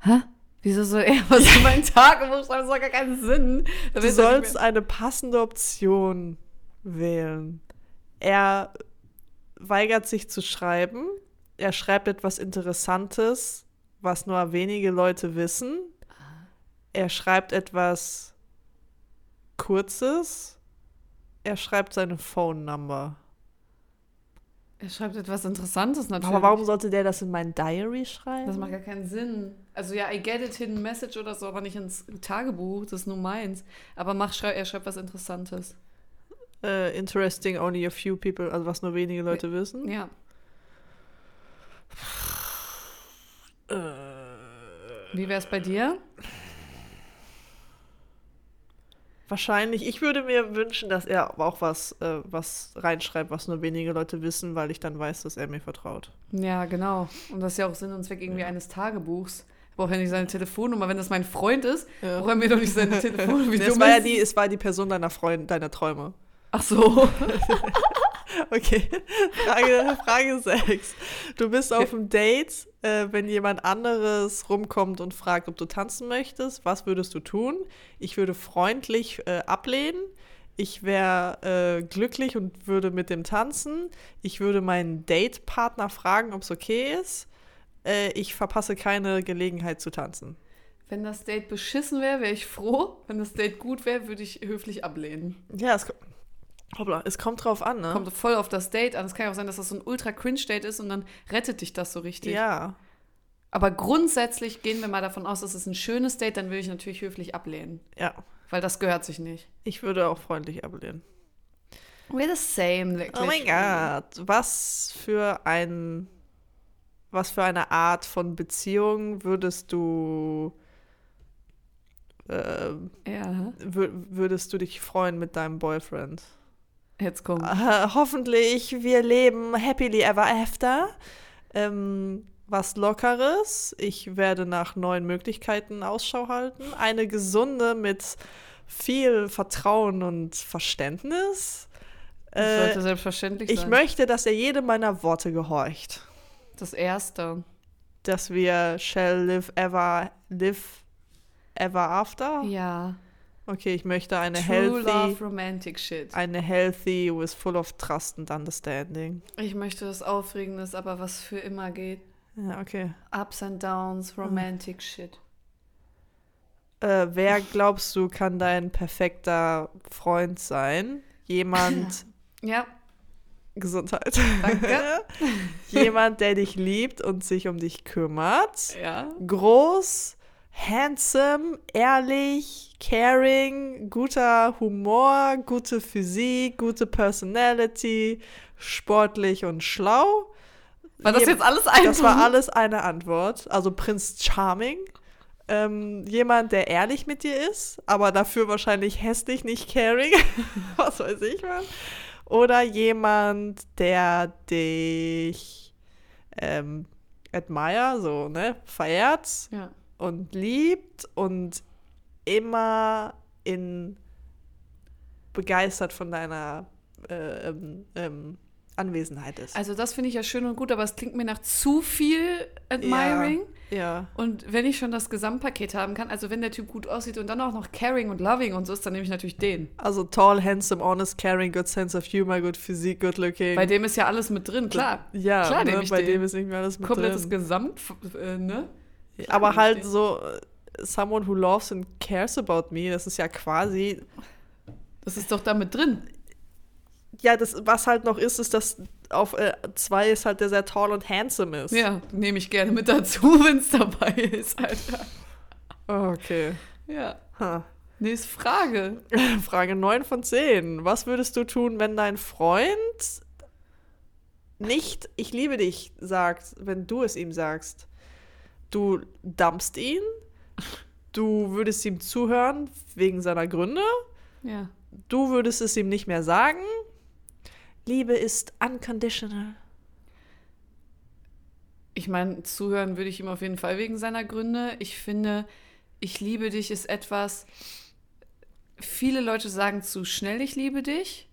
A: Hä? Wieso soll er was für
B: [laughs]
A: meinen Tagebuch schreiben? Das hat gar keinen Sinn. Da wird er
B: Du
A: nicht
B: sollst eine passende Option wählen. Er weigert sich zu schreiben. Er schreibt etwas Interessantes, was nur wenige Leute wissen.
A: Ah.
B: Er schreibt etwas Kurzes. Er schreibt seine Phone Number.
A: Mehr. Er schreibt etwas Interessantes natürlich.
B: Aber warum sollte der das in mein Diary schreiben?
A: Das macht gar keinen Sinn. Also ja, I get it, hidden message oder so, aber nicht ins Tagebuch, das ist nur meins. Aber mach, schrei er schreibt was Interessantes.
B: äh, interesting only a few people, also was nur wenige Leute wissen.
A: Ja.
B: Äh.
A: Wie wär's bei dir?
B: Wahrscheinlich, ich würde mir wünschen, dass er aber auch was, äh, was reinschreibt, was nur wenige Leute wissen, weil ich dann weiß, dass er mir vertraut.
A: Ja, genau. Und das ist ja auch Sinn und Zweck irgendwie eines Tagebuchs. Er braucht ja nicht seine Telefonnummer. Wenn das mein Freund ist,
B: Ja.
A: braucht er mir doch nicht seine Telefonnummer. Wie
B: [laughs] Nee,
A: dumm
B: es, war ja
A: ist-
B: die, es war die Person deiner Freund, deiner Träume.
A: Ach so.
B: Okay. [laughs] Frage, Frage 6. Du bist auf dem Date, äh, wenn jemand anderes rumkommt und fragt, ob du tanzen möchtest. Was würdest du tun? Ich würde freundlich äh, ablehnen. Ich wäre äh, glücklich und würde mit dem tanzen. Ich würde meinen Datepartner fragen, ob es okay ist. Äh, ich verpasse keine Gelegenheit zu tanzen.
A: Wenn das Date beschissen wäre, wäre ich froh. Wenn das Date gut wäre, würde ich höflich ablehnen.
B: Ja, es, ko- hoppla, es kommt drauf an, ne?
A: Kommt voll auf das Date an. Es kann ja auch sein, dass das so ein ultra cringe Date ist und dann rettet dich das so richtig.
B: ja.
A: Aber grundsätzlich gehen wir mal davon aus, es ist ein schönes Date, dann würde ich natürlich höflich ablehnen.
B: Ja,
A: Weil das gehört sich nicht.
B: ich würde auch freundlich ablehnen.
A: We're the same, wirklich.
B: Oh mein Gott, was für ein, was für eine Art von Beziehung würdest du, äh,
A: Ja,
B: wür würdest du dich freuen mit deinem Boyfriend?
A: jetzt kommt.
B: Äh, hoffentlich, wir leben happily ever after. Ähm, was Lockeres. Ich werde nach neuen Möglichkeiten Ausschau halten. Eine gesunde mit viel Vertrauen und Verständnis.
A: Das
B: Äh,
A: sollte selbstverständlich
B: ich
A: sein.
B: möchte, dass er jedem meiner Worte gehorcht.
A: das Erste.
B: Dass wir shall live ever, live ever after.
A: Ja.
B: Okay, ich möchte eine
A: True
B: healthy,
A: Love Romantic Shit.
B: eine healthy with full of trust and understanding.
A: Ich möchte was Aufregendes, aber was für immer geht.
B: Ja, okay.
A: Ups and Downs,
B: Mhm.
A: Romantic Shit.
B: Äh,
A: [laughs]
B: wer glaubst du kann dein perfekter Freund sein?
A: [laughs]
B: Jemand,
A: Ja,
B: Gesundheit.
A: Danke.
B: [laughs] Jemand, der dich liebt und sich um dich kümmert.
A: ja.
B: Groß, handsome, ehrlich, caring, guter Humor, gute Physik, gute Personality, sportlich und schlau.
A: War das
B: Jem-
A: jetzt alles ein?
B: Das war alles eine Antwort. Also Prinz Charming. Ähm, jemand, der ehrlich mit dir ist, aber dafür wahrscheinlich hässlich, nicht caring. [laughs] was weiß ich was. Oder jemand, der dich ähm, admire, so, ne, verehrt
A: Ja.
B: und liebt und immer in begeistert von deiner äh, ähm, ähm, Anwesenheit ist.
A: Also das finde ich ja schön und gut, aber es klingt mir nach zu viel admiring.
B: ja.
A: Und wenn ich schon das Gesamtpaket haben kann, also wenn der Typ gut aussieht und dann auch noch caring und loving und so ist, dann nehme ich natürlich den.
B: Also tall, handsome, honest, caring, good sense of humor, good physique, good looking.
A: Bei dem ist ja alles mit drin, klar.
B: ja,
A: klar
B: ne,
A: nehme ich
B: bei
A: den.
B: dem ist irgendwie alles mit
A: Komplettes
B: drin.
A: Gesamt, äh, ne? nehme
B: Aber
A: ich
B: halt
A: den.
B: so äh, someone who loves and cares about me, das ist ja quasi
A: Das ist doch da mit drin.
B: ja, das was halt noch ist, ist dass auf äh, zwei ist halt der sehr tall und handsome ist.
A: Ja, nehme ich gerne mit dazu, [laughs] wenn es dabei ist, Alter.
B: Ah, Okay.
A: Ja.
B: Ha.
A: Nächste Frage.
B: [laughs] Frage 9 von 10. Was würdest du tun, wenn dein Freund nicht ich liebe dich sagt, wenn du es ihm sagst? Du dumpst ihn, du würdest ihm zuhören wegen seiner Gründe,
A: Ja.
B: du würdest es ihm nicht mehr sagen. Liebe ist unconditional.
A: Ich meine, zuhören würde ich ihm auf jeden Fall wegen seiner Gründe. Ich finde, ich liebe dich ist etwas. Viele Leute sagen zu schnell, ich liebe dich.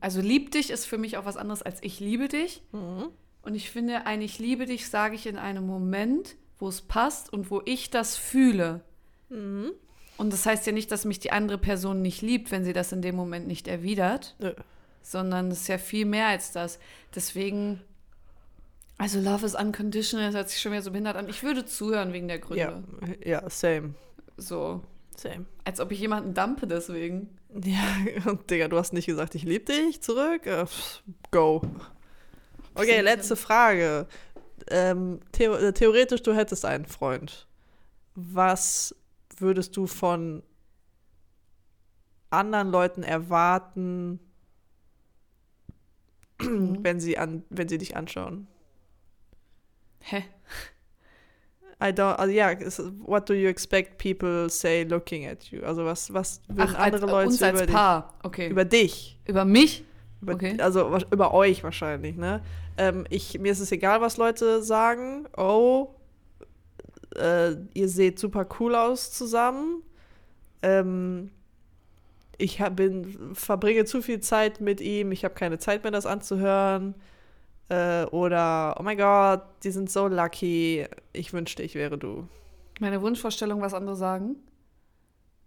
A: Also lieb dich ist für mich auch was anderes als ich liebe dich. Und ich finde, ein ich liebe dich sage ich in einem Moment, wo es passt und wo ich das fühle. Und das heißt ja nicht, dass mich die andere Person nicht liebt, wenn sie das in dem Moment nicht erwidert
B: Nö.
A: sondern es ist ja viel mehr als das. Deswegen, also Love is unconditional, das hört sich schon wieder so behindert an. Ich würde zuhören wegen der Gründe.
B: Ja, ja, same.
A: So,
B: Same.
A: als ob ich jemanden dumpe deswegen.
B: Ja, [laughs] und Digga, du hast nicht gesagt, ich liebe dich, zurück. Äh, pff, Go. Okay,
A: Bisschen.
B: letzte Frage. Ähm, theo äh, theoretisch, du hättest einen Freund. Was würdest du von anderen Leuten erwarten,
A: Mhm.
B: wenn sie an, wenn sie dich anschauen?
A: Hä?
B: I don't, also ja, es ist- what do you expect people say looking at you? Also was, was würden andere
A: als, äh,
B: Leute
A: uns
B: über
A: als Paar. Okay.
B: dich,
A: Über,
B: über dich
A: mich?
B: Über,
A: Okay.
B: Also wa- über euch wahrscheinlich, ne? Ähm, ich, mir ist es egal, was Leute sagen. Oh, äh, ihr seht super cool aus zusammen. Ähm, ich hab, bin, verbringe zu viel Zeit mit ihm. Ich habe keine Zeit mehr, das anzuhören. Äh, oder, oh mein Gott, die sind so lucky. Ich wünschte, ich wäre du.
A: Meine Wunschvorstellung, was andere sagen?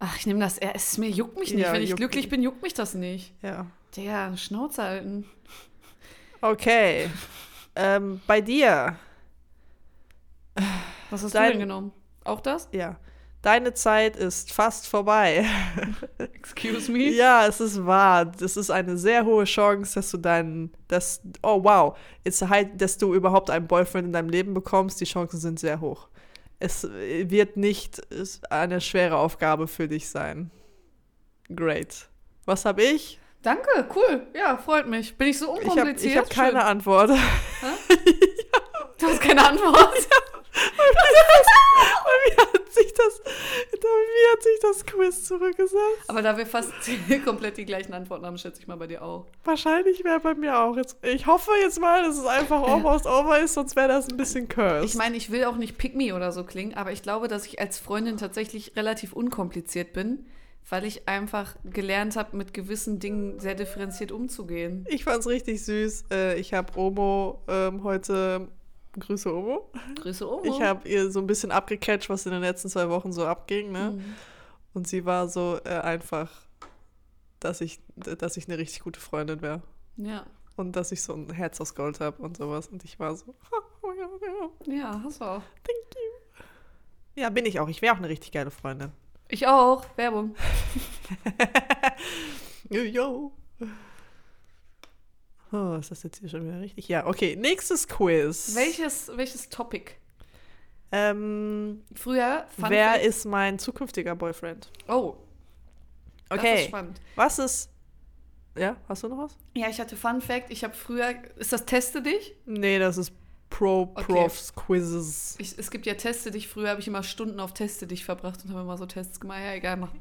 A: Ach, ich nehme das. Er- Es mir juckt mich nicht.
B: Ja,
A: Wenn ich
B: juckt-
A: glücklich bin, juckt mich das nicht.
B: Ja.
A: Digga, Schnauze halten.
B: Okay. ähm, bei dir.
A: Was hast
B: Dein-
A: du denn genommen? Auch das?
B: Ja. Deine Zeit ist fast vorbei.
A: Excuse me?
B: Ja, es ist wahr. Es ist eine sehr hohe Chance, dass du deinen, dass, oh wow, it's halt, dass du überhaupt einen Boyfriend in deinem Leben bekommst. Die Chancen sind sehr hoch. Es wird nicht es- eine schwere Aufgabe für dich sein. Great. Was habe ich?
A: Danke, cool. Ja, freut mich. Bin ich so
B: Ich habe
A: unkompliziert?
B: ich hab keine
A: Schön.
B: Antwort. [laughs]
A: Du hast keine Antwort?
B: Bei mir hat sich das, bei mir hat sich das Quiz zurückgesetzt.
A: Aber da wir fast [laughs] komplett die gleichen Antworten haben, schätze ich mal bei dir auch.
B: Wahrscheinlich wäre bei mir auch jetzt. Ich hoffe jetzt mal, dass es einfach almost over ist, sonst wäre das ein bisschen cursed.
A: Ich meine, ich will auch nicht Pick Me oder so klingen, aber ich glaube, dass ich als Freundin tatsächlich relativ unkompliziert bin, weil ich einfach gelernt habe, mit gewissen Dingen sehr differenziert umzugehen.
B: Ich fand's richtig süß. Äh, ich habe Omo ähm, heute. Grüße Omo.
A: Grüße Omo.
B: Ich habe ihr so ein bisschen abgecatcht, was in den letzten zwei Wochen so abging. Ne?
A: Mhm.
B: Und sie war so äh, einfach, dass ich, dass ich eine richtig gute Freundin wäre.
A: Ja.
B: Und dass ich so ein Herz aus Gold habe und sowas. Und ich war so, [laughs] oh mein Gott, ja,
A: Ja, hast du auch.
B: thank you. Ja, bin ich auch. Ich wäre auch eine richtig geile Freundin.
A: Ich auch. Werbung.
B: Yo, yo. Oh, ist das jetzt hier schon wieder richtig? Ja, okay. Nächstes Quiz.
A: Welches, welches Topic?
B: Ähm,
A: Früher fand
B: wer
A: ich.
B: ist mein zukünftiger Boyfriend?
A: Oh, das ist
B: Okay.
A: spannend.
B: was ist. Ja, hast du noch was?
A: Ja, ich hatte Fun Fact. Ich habe früher. Ist das Teste dich?
B: Nee, das ist Pro
A: Okay.
B: Profs Quizzes.
A: Ich, es gibt ja Teste dich. Früher habe ich immer Stunden auf Teste dich verbracht und habe immer so Tests gemacht. Ja, egal, mach.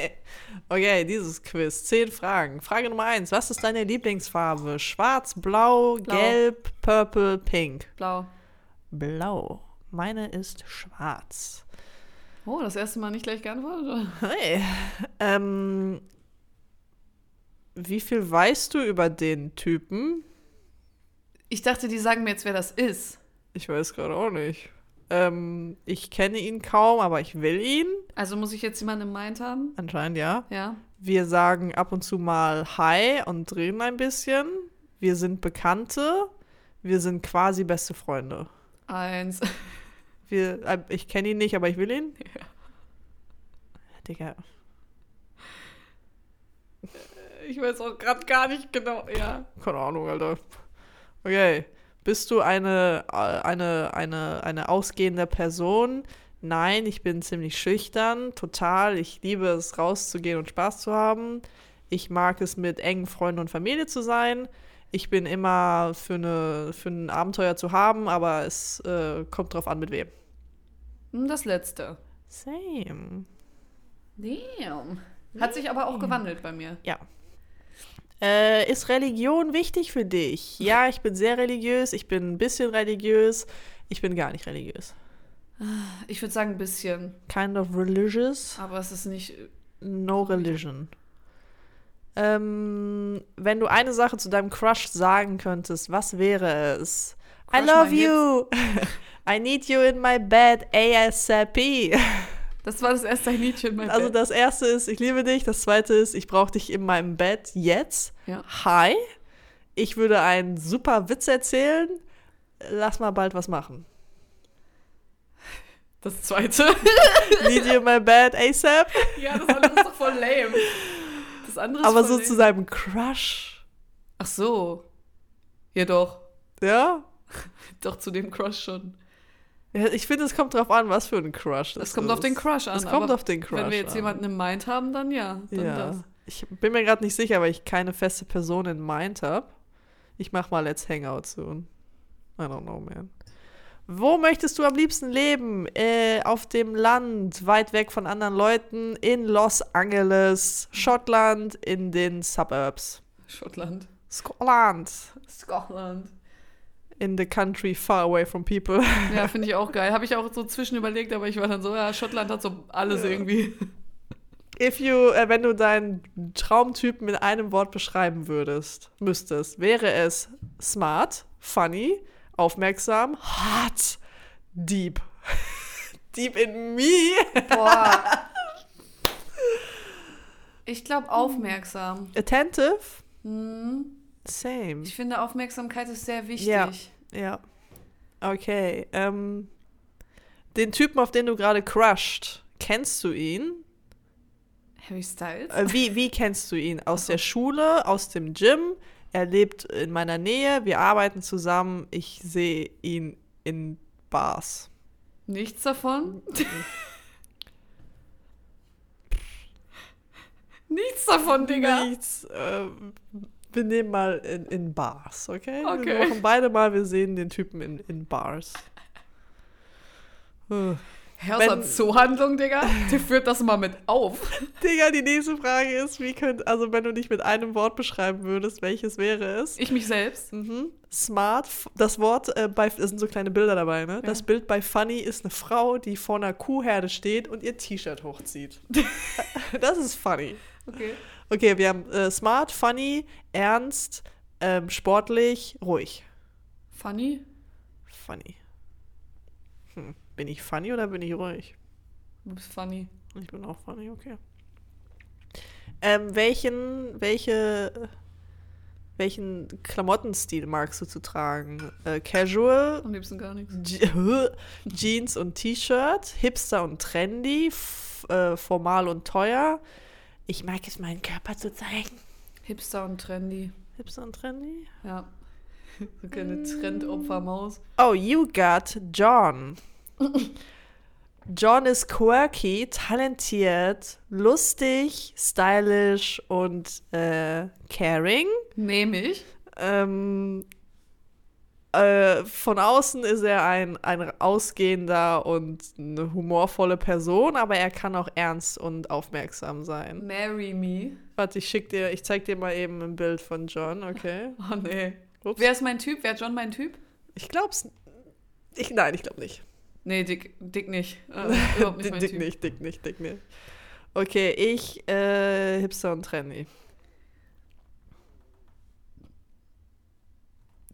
B: [laughs] okay, dieses Quiz. Zehn Fragen. Frage Nummer eins. Was ist deine Lieblingsfarbe? Schwarz, blau,
A: Blau.
B: gelb, purple, pink.
A: Blau.
B: Blau. Meine ist schwarz.
A: Oh, das erste Mal nicht gleich geantwortet? oder?
B: Hey. Ähm, wie viel weißt du über den Typen?
A: Ich dachte, die sagen mir jetzt, wer das ist.
B: Ich weiß gerade auch nicht. Ähm, ich kenne ihn kaum, aber ich will ihn.
A: Also muss ich jetzt jemanden im Mind haben?
B: Anscheinend ja.
A: Ja.
B: Wir sagen ab und zu mal Hi und drehen ein bisschen. Wir sind Bekannte. Wir sind quasi beste Freunde.
A: Eins.
B: Wir, äh, ich kenne ihn nicht, aber ich will ihn. Digga.
A: Ich weiß auch gerade gar nicht genau. Ja.
B: Keine Ahnung, Alter. Okay. Bist du eine, äh, eine, eine, eine ausgehende Person? Nein, ich bin ziemlich schüchtern. Total. Ich liebe es, rauszugehen und Spaß zu haben. Ich mag es, mit engen Freunden und Familie zu sein. Ich bin immer für, eine, für ein Abenteuer zu haben, aber es äh, kommt drauf an, mit wem.
A: Hm, Das letzte.
B: Same.
A: Damn. Hat sich aber auch gewandelt bei mir.
B: Ja. Äh, ist Religion wichtig für dich? Ja, ich bin sehr religiös, ich bin ein bisschen religiös, ich bin gar nicht religiös.
A: Ich würde sagen, ein bisschen.
B: Kind of religious,
A: Aber es ist nicht.
B: no religion. Ähm, wenn du eine Sache zu deinem Crush sagen könntest, was wäre es? I
A: Crush
B: love
A: my
B: you! [laughs] I need you in my bed ASAP!
A: Das war das erste Liedchen bei
B: Also das erste ist, ich liebe dich. Das zweite ist, ich brauche dich in meinem Bett jetzt.
A: Ja.
B: Hi. Ich würde einen super Witz erzählen. Lass mal bald was machen.
A: das zweite.
B: Need you in my bed ASAP.
A: [laughs] ja, das andere ist doch voll lame. Das andere ist
B: Aber
A: voll
B: so
A: lame.
B: zu seinem Crush.
A: Ach so. Ja, doch.
B: Ja?
A: Doch zu dem Crush schon.
B: Ja, Ich finde, es kommt drauf an, was für ein Crush das
A: Das, kommt auf
B: ist.
A: den Crush an.
B: Es kommt
A: aber
B: auf den Crush
A: Wenn wir jetzt
B: an.
A: jemanden im Mind haben, dann ja. Dann
B: ja.
A: das.
B: Ich bin mir gerade nicht sicher, weil ich keine feste Person in Mind habe. Ich mach mal Let's Hangout soon. I don't know, man. Wo möchtest du am liebsten leben? Äh, auf dem Land, weit weg von anderen Leuten, in Los Angeles, Schottland, in den Suburbs.
A: Schottland.
B: Scotland,
A: Scotland.
B: in the country far away from people.
A: Ja, finde ich auch geil. Habe ich auch so zwischen überlegt, aber ich war dann so, ja, Schottland hat so alles irgendwie.
B: If you, äh, wenn du deinen Traumtypen in einem Wort beschreiben würdest, müsstest, wäre es smart, funny, aufmerksam, hart, deep. [laughs] deep in me.
A: Boah. Ich glaube, aufmerksam.
B: Attentive.
A: Hm.
B: Same.
A: Ich finde, Aufmerksamkeit ist sehr wichtig.
B: Ja. Ja. Okay. Ähm, den Typen, auf den du gerade crushed, kennst du ihn?
A: Harry Styles?
B: Äh, wie, wie kennst du ihn? Aus der Schule, aus dem Gym? Er lebt in meiner Nähe, wir arbeiten zusammen, ich sehe ihn in Bars.
A: Nichts
B: [laughs]
A: davon? Nichts davon, Digga.
B: Nichts. ähm, wir nehmen mal in, in Bars, okay? Wir
A: Okay.
B: machen beide mal, wir sehen den Typen in, in Bars. Äh.
A: Herr aus
B: Wenn-
A: der Zoohandlung, Digga. Der führt das mal mit auf.
B: Digga, die nächste Frage ist, wie könnt, also wenn du dich mit einem Wort beschreiben würdest, welches wäre es?
A: Ich mich selbst.
B: Mhm. Smart, f- das Wort äh, bei, es sind so kleine Bilder dabei, ne? Das Bild bei Funny ist eine Frau, die vor einer Kuhherde steht und ihr T-Shirt hochzieht. das ist funny.
A: Okay.
B: Okay, wir haben äh, smart, funny, ernst, ähm, sportlich, ruhig.
A: Funny?
B: Funny. Hm. Bin ich funny oder bin ich ruhig?
A: Du bist funny.
B: Ich bin auch funny, okay. Ähm, welchen, welche, welchen Klamottenstil magst du zu tragen? Äh, casual,
A: Am liebsten gar nichts.
B: Je- [laughs] Jeans und T-Shirt, Hipster und Trendy, f- äh, formal und teuer. Ich mag es, meinen Körper zu zeigen.
A: Hipster und trendy.
B: Hipster und Trendy?
A: Ja. So kleine Trendopfermaus.
B: Oh, you got John. John ist quirky, talentiert, lustig, stylish und äh, caring.
A: Nehme ich.
B: Ähm, äh, von außen ist er ein, ein ausgehender und eine humorvolle Person, aber er kann auch ernst und aufmerksam sein.
A: Marry me.
B: Warte, ich schick dir, ich zeig dir mal eben ein Bild von John, okay?
A: Oh nee.
B: Ups.
A: Wer ist mein Typ? Wer hat John mein Typ?
B: Ich glaub's. Ich, nein, ich glaub nicht.
A: Nee, Dick, Dick nicht. [laughs] Äh, überhaupt
B: [laughs]
A: nicht mein
B: dick
A: Typ.
B: nicht, dick nicht, dick nicht. Okay, ich, äh, Hipster und Trendy.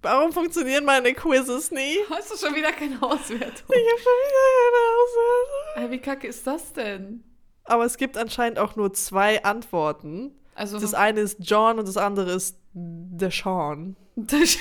B: Warum funktionieren meine Quizzes nie?
A: Hast du schon wieder keine Auswertung?
B: Ich hab schon wieder keine Auswahl.
A: Ey, wie kacke ist das denn?
B: Aber es gibt anscheinend auch nur zwei Antworten.
A: Also, [laughs]
B: Das eine ist John und das andere ist Deshawn.
A: das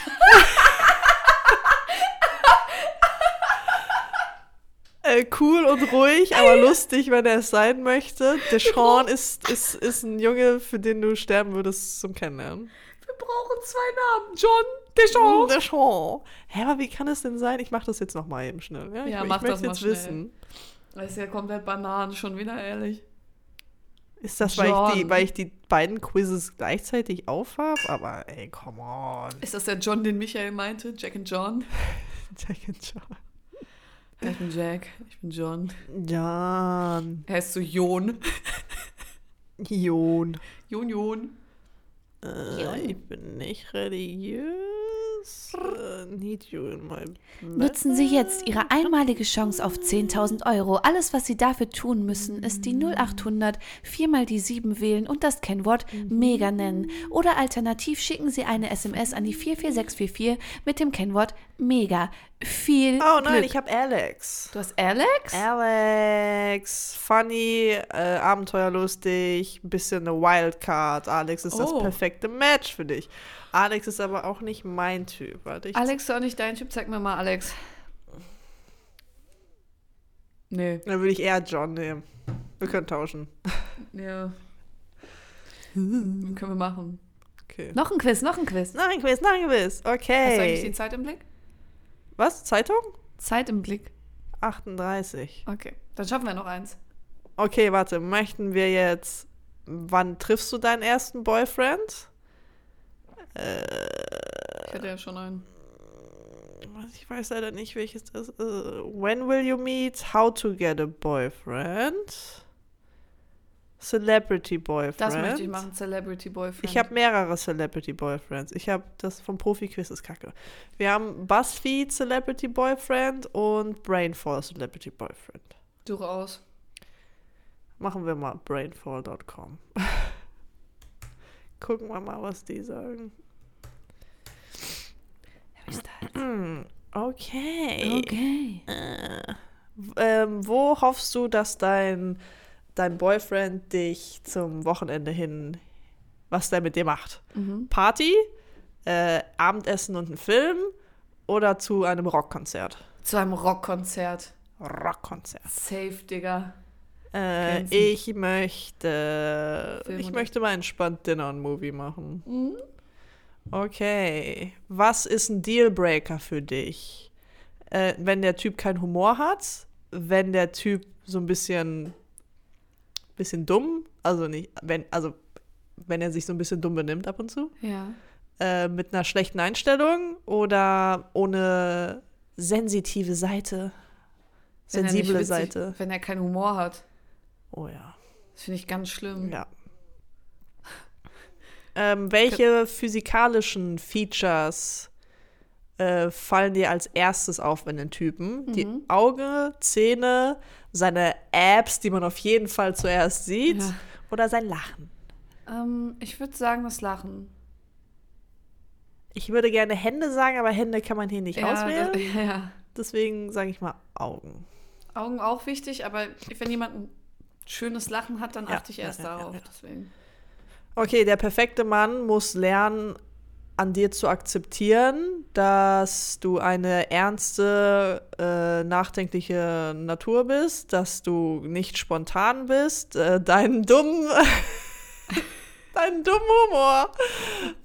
B: Äh, cool und
A: [laughs]
B: ruhig, aber lustig, wenn er es sein möchte. Deshawn ist, ist, ist ein Junge, für den du sterben würdest zum Kennenlernen.
A: Wir brauchen zwei Namen. John Deschamps.
B: Deshawn. Hä, aber wie kann es denn sein? Ich mach das jetzt nochmal eben schnell. Ja,
A: Ja,
B: ich,
A: mach
B: ich
A: das
B: möchte
A: mal
B: jetzt
A: schnell.
B: wissen.
A: Das ist ja komplett Bananen, schon wieder ehrlich.
B: Ist das, weil ich, die,
A: John.
B: weil ich die beiden Quizzes gleichzeitig aufhab? Aber ey, come on.
A: [laughs] Ist das der John, den Michael meinte? Jack and John?
B: Jack and John.
A: Ich bin Jack, ich bin John.
B: John.
A: Er heißt so Jon. [laughs]
B: Jon.
A: Jon Jon.
B: Äh, ich bin nicht religiös. Äh, need you in my
C: Nutzen Sie jetzt Ihre einmalige Chance auf 10.000 Euro. Alles, was Sie dafür tun müssen, ist die 0800 viermal die 7 wählen und das Kennwort Mega nennen. Oder alternativ schicken Sie eine SMS an die 44644 mit dem Kennwort Mega. Viel
B: Oh nein,
C: Glück.
B: ich habe Alex.
A: Du hast Alex?
B: Alex, funny, äh, abenteuerlustig, bisschen eine Wildcard. Alex ist das
A: Oh.
B: perfekte Match für dich. Alex ist aber auch nicht mein Typ. Warte, ich
A: Alex ist auch nicht dein Typ. Zeig mir mal Alex. Nee.
B: dann würde ich eher John nehmen. Wir können tauschen.
A: Ja. Können wir machen.
B: Okay.
C: noch ein Quiz, noch ein Quiz.
B: Nein, Quiz, nein, Quiz.
A: Hast du eigentlich die
B: Okay.
A: Zeit im Blick?
B: Was? Zeitung?
A: Zeit im Blick.
B: 38.
A: Okay. Dann schaffen wir noch eins.
B: Okay, warte, möchten wir jetzt. Wann triffst du deinen ersten Boyfriend?
A: Ich hätte ja schon einen.
B: Ich weiß leider nicht, welches das ist. Äh, When will you meet? How to get a boyfriend? Celebrity Boyfriend.
A: Das möchte ich machen. Celebrity Boyfriend.
B: Ich habe mehrere Celebrity Boyfriends. Ich habe das vom Profi-Quiz ist kacke. Wir haben BuzzFeed Celebrity Boyfriend und Brainfall Celebrity Boyfriend.
A: Durchaus.
B: Machen wir mal brainfall.com. [laughs] Gucken wir mal, was die sagen. [clears throat] Hm, Okay.
C: Okay.
B: Äh, w- ähm, wo hoffst du, dass dein, dein Boyfriend dich zum Wochenende hin, was der mit dir macht?
A: Mhm.
B: Party, äh, Abendessen und ein Film oder zu einem Rockkonzert?
A: Zu einem Rockkonzert.
B: Rockkonzert.
A: Safe, Digga.
B: Äh,
A: Grenzen.
B: ich möchte.
A: Film
B: ich
A: und-
B: möchte mal entspannt Dinner und Movie machen.
A: Mhm.
B: Okay. Was ist ein Dealbreaker für dich? Äh, wenn der Typ keinen Humor hat, wenn der Typ so ein bisschen, bisschen dumm, also nicht, wenn, also wenn er sich so ein bisschen dumm benimmt ab und zu,
A: Ja.
B: äh, mit einer schlechten Einstellung oder ohne sensitive Seite,
A: Wenn er nicht
B: sensible
A: witzig-
B: Seite.
A: Wenn er keinen Humor hat.
B: Oh ja.
A: Das finde ich ganz schlimm.
B: Ja. Ähm, welche physikalischen Features äh, fallen dir als erstes auf bei den Typen? Die
A: Mhm.
B: Augen, Zähne, seine Apps, die man auf jeden Fall zuerst sieht,
A: Ja.
B: oder sein Lachen?
A: Ähm, ich würde sagen, das Lachen.
B: Ich würde gerne Hände sagen, aber Hände kann man hier nicht
A: ja,
B: auswählen.
A: Das, [laughs] ja, ja.
B: Deswegen sage ich mal Augen.
A: Augen auch wichtig, aber wenn jemand ein schönes Lachen hat, dann
B: Ja,
A: achte ich
B: ja,
A: erst
B: ja, ja,
A: darauf.
B: ja.
A: Deswegen.
B: Okay, der perfekte Mann muss lernen, an dir zu akzeptieren, dass du eine ernste, äh, nachdenkliche Natur bist, dass du nicht spontan bist, äh, deinen dummen, [laughs] deinen dummen Humor,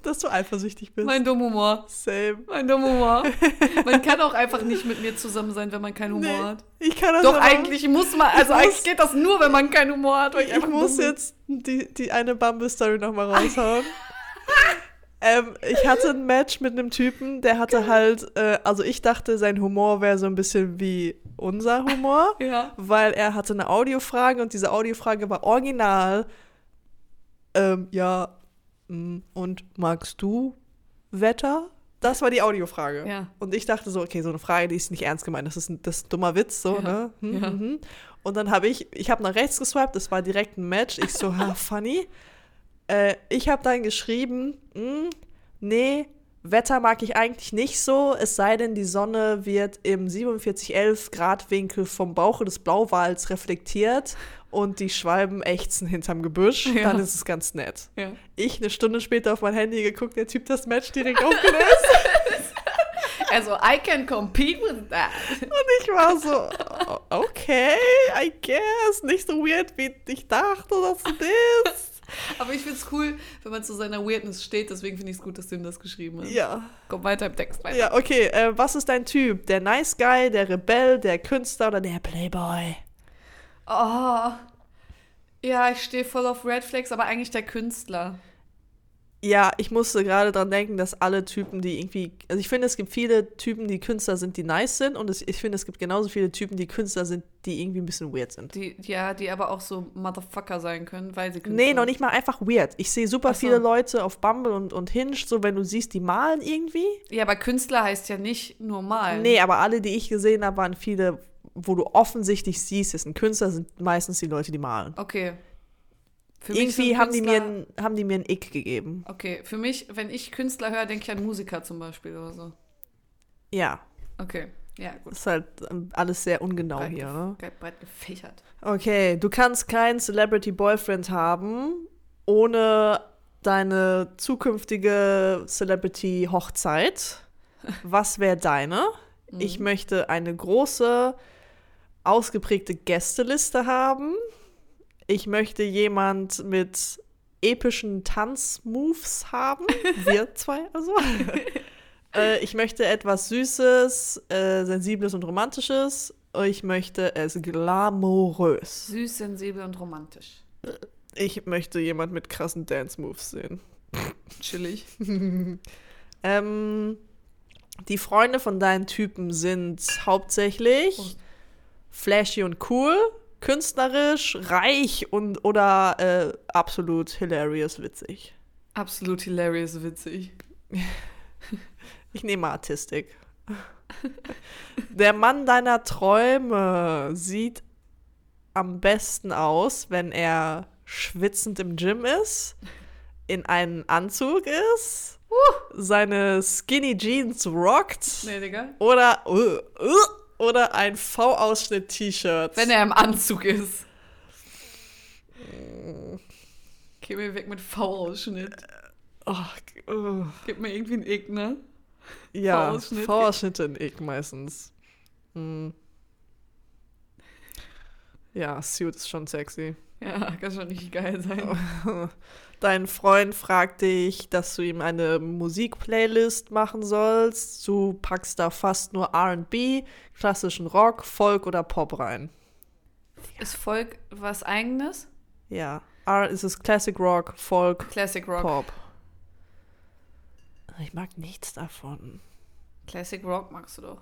B: dass du eifersüchtig bist.
A: Mein dummer Humor.
B: Same.
A: Mein dummer Humor.
B: [laughs]
A: Man kann auch einfach nicht mit mir zusammen sein, wenn man keinen Humor
B: Nee,
A: hat.
B: Ich kann das
A: Doch,
B: aber-
A: eigentlich muss man, also
B: muss-
A: eigentlich geht das nur, wenn man keinen Humor hat. Weil ich,
B: Ich,
A: einfach dumm
B: muss
A: bin.
B: jetzt die, die eine Bumble-Story
A: [laughs]
B: nochmal raushauen. ähm, ich hatte ein Match mit einem Typen, der hatte halt, äh, also ich dachte, sein Humor wäre so ein bisschen wie
A: [laughs]
B: unser Humor,
A: Ja.
B: weil er hatte eine Audiofrage und diese Audiofrage war original. Ähm, ja, mm, und magst du Wetter? Das war die Audiofrage.
A: Ja.
B: Und ich dachte so, okay, so eine Frage, die ist nicht ernst gemeint, das ist ein, das ist ein dummer Witz, so,
A: Ja.
B: ne? Hm,
A: Ja.
B: mhm. Und dann habe ich, ich habe nach rechts geswiped, es war direkt ein Match.
A: [laughs]
B: Ich so, ha, funny. Äh, ich habe dann geschrieben, hm, nee, Wetter mag ich eigentlich nicht so, es sei denn, die Sonne wird im 47,11 Grad Winkel vom Bauche des Blauwals reflektiert und die Schwalben ächzen hinterm Gebüsch,
A: Ja.
B: dann ist es ganz nett.
A: ja.
B: Ich eine Stunde später auf mein Handy geguckt, der Typ das Match direkt aufgelöst.
A: Also, I can compete with that.
B: Und ich war so, o- okay, I guess. Nicht so weird, wie ich dachte, dass du bist.
A: Aber ich find's cool, wenn man zu seiner Weirdness steht. Deswegen finde ich es gut, dass du ihm das geschrieben hast.
B: Ja.
A: Komm weiter im Text weiter.
B: Ja, okay. Äh, was ist dein Typ? Der Nice Guy, der Rebell, der Künstler oder der Playboy?
A: Oh. Ja, ich stehe voll auf Red Flags, aber eigentlich der Künstler.
B: Ja, ich musste gerade dran denken, dass alle Typen, die irgendwie. Also, ich finde, es gibt viele Typen, die Künstler sind, die nice sind. Und es, ich finde, es gibt genauso viele Typen, die Künstler sind, die irgendwie ein bisschen weird sind.
A: Die, ja, die aber auch so Motherfucker sein können, weil sie Künstler
B: Nee, noch nicht mal einfach weird. Ich sehe super
A: Ach so.
B: viele Leute auf Bumble und, und Hinge, so wenn du siehst, die malen irgendwie.
A: Ja, aber Künstler heißt ja nicht normal.
B: Nee, aber alle, die ich gesehen habe, waren viele, wo du offensichtlich siehst, ist ein Künstler, sind meistens die Leute, die malen.
A: Okay. Für
B: Irgendwie
A: sind
B: haben die, mir
A: Künstler-
B: ein, haben die mir ein Ick gegeben.
A: Okay, für mich, wenn ich Künstler höre, denke ich an Musiker zum Beispiel oder so.
B: Ja,
A: Okay, ja, gut.
B: ist halt ähm, alles sehr ungenau
A: Breit
B: hier.
A: gef-
B: Ne?
A: ge- Breit gefächert.
B: Okay, du kannst keinen Celebrity Boyfriend haben, ohne deine zukünftige Celebrity Hochzeit. Was wäre deine?
A: Mhm.
B: Ich möchte eine große, ausgeprägte Gästeliste haben. Ich möchte jemand mit epischen Tanzmoves haben. Wir zwei also. äh, ich möchte etwas Süßes, äh, Sensibles und Romantisches. Ich möchte es glamourös.
A: Süß, sensibel und romantisch.
B: Ich möchte jemand mit krassen Dance-Moves sehen.
A: Chillig.
B: Ähm, die Freunde von deinen Typen sind hauptsächlich flashy und cool, künstlerisch, reich und oder äh, absolut hilarious witzig.
A: Absolut hilarious, witzig.
B: Ich nehme Artistik. Der Mann deiner Träume sieht am besten aus, wenn er schwitzend im Gym ist, in einem Anzug ist, seine Skinny Jeans rockt.
A: Nee, Digga.
B: Oder, uh, uh, oder ein V-Ausschnitt-T-Shirt.
A: Wenn er im Anzug ist. Geh mir weg mit V-Ausschnitt.
B: Oh, uh.
A: Gib mir irgendwie einen Ick, ne?
B: Ja,
A: V-Ausschnitt.
B: V-Ausschnitte in Ick meistens. Hm. Ja, Suit ist schon sexy.
A: Ja, kann schon nicht geil sein.
B: Dein Freund fragt dich, dass du ihm eine Musikplaylist machen sollst. Du packst da fast nur RB, klassischen Rock, Folk oder Pop rein.
A: Ist Folk was Eigenes?
B: Ja. R ist es Classic Rock, Folk,
A: Classic Rock.
B: Pop. Ich mag nichts davon.
A: Classic Rock magst du doch.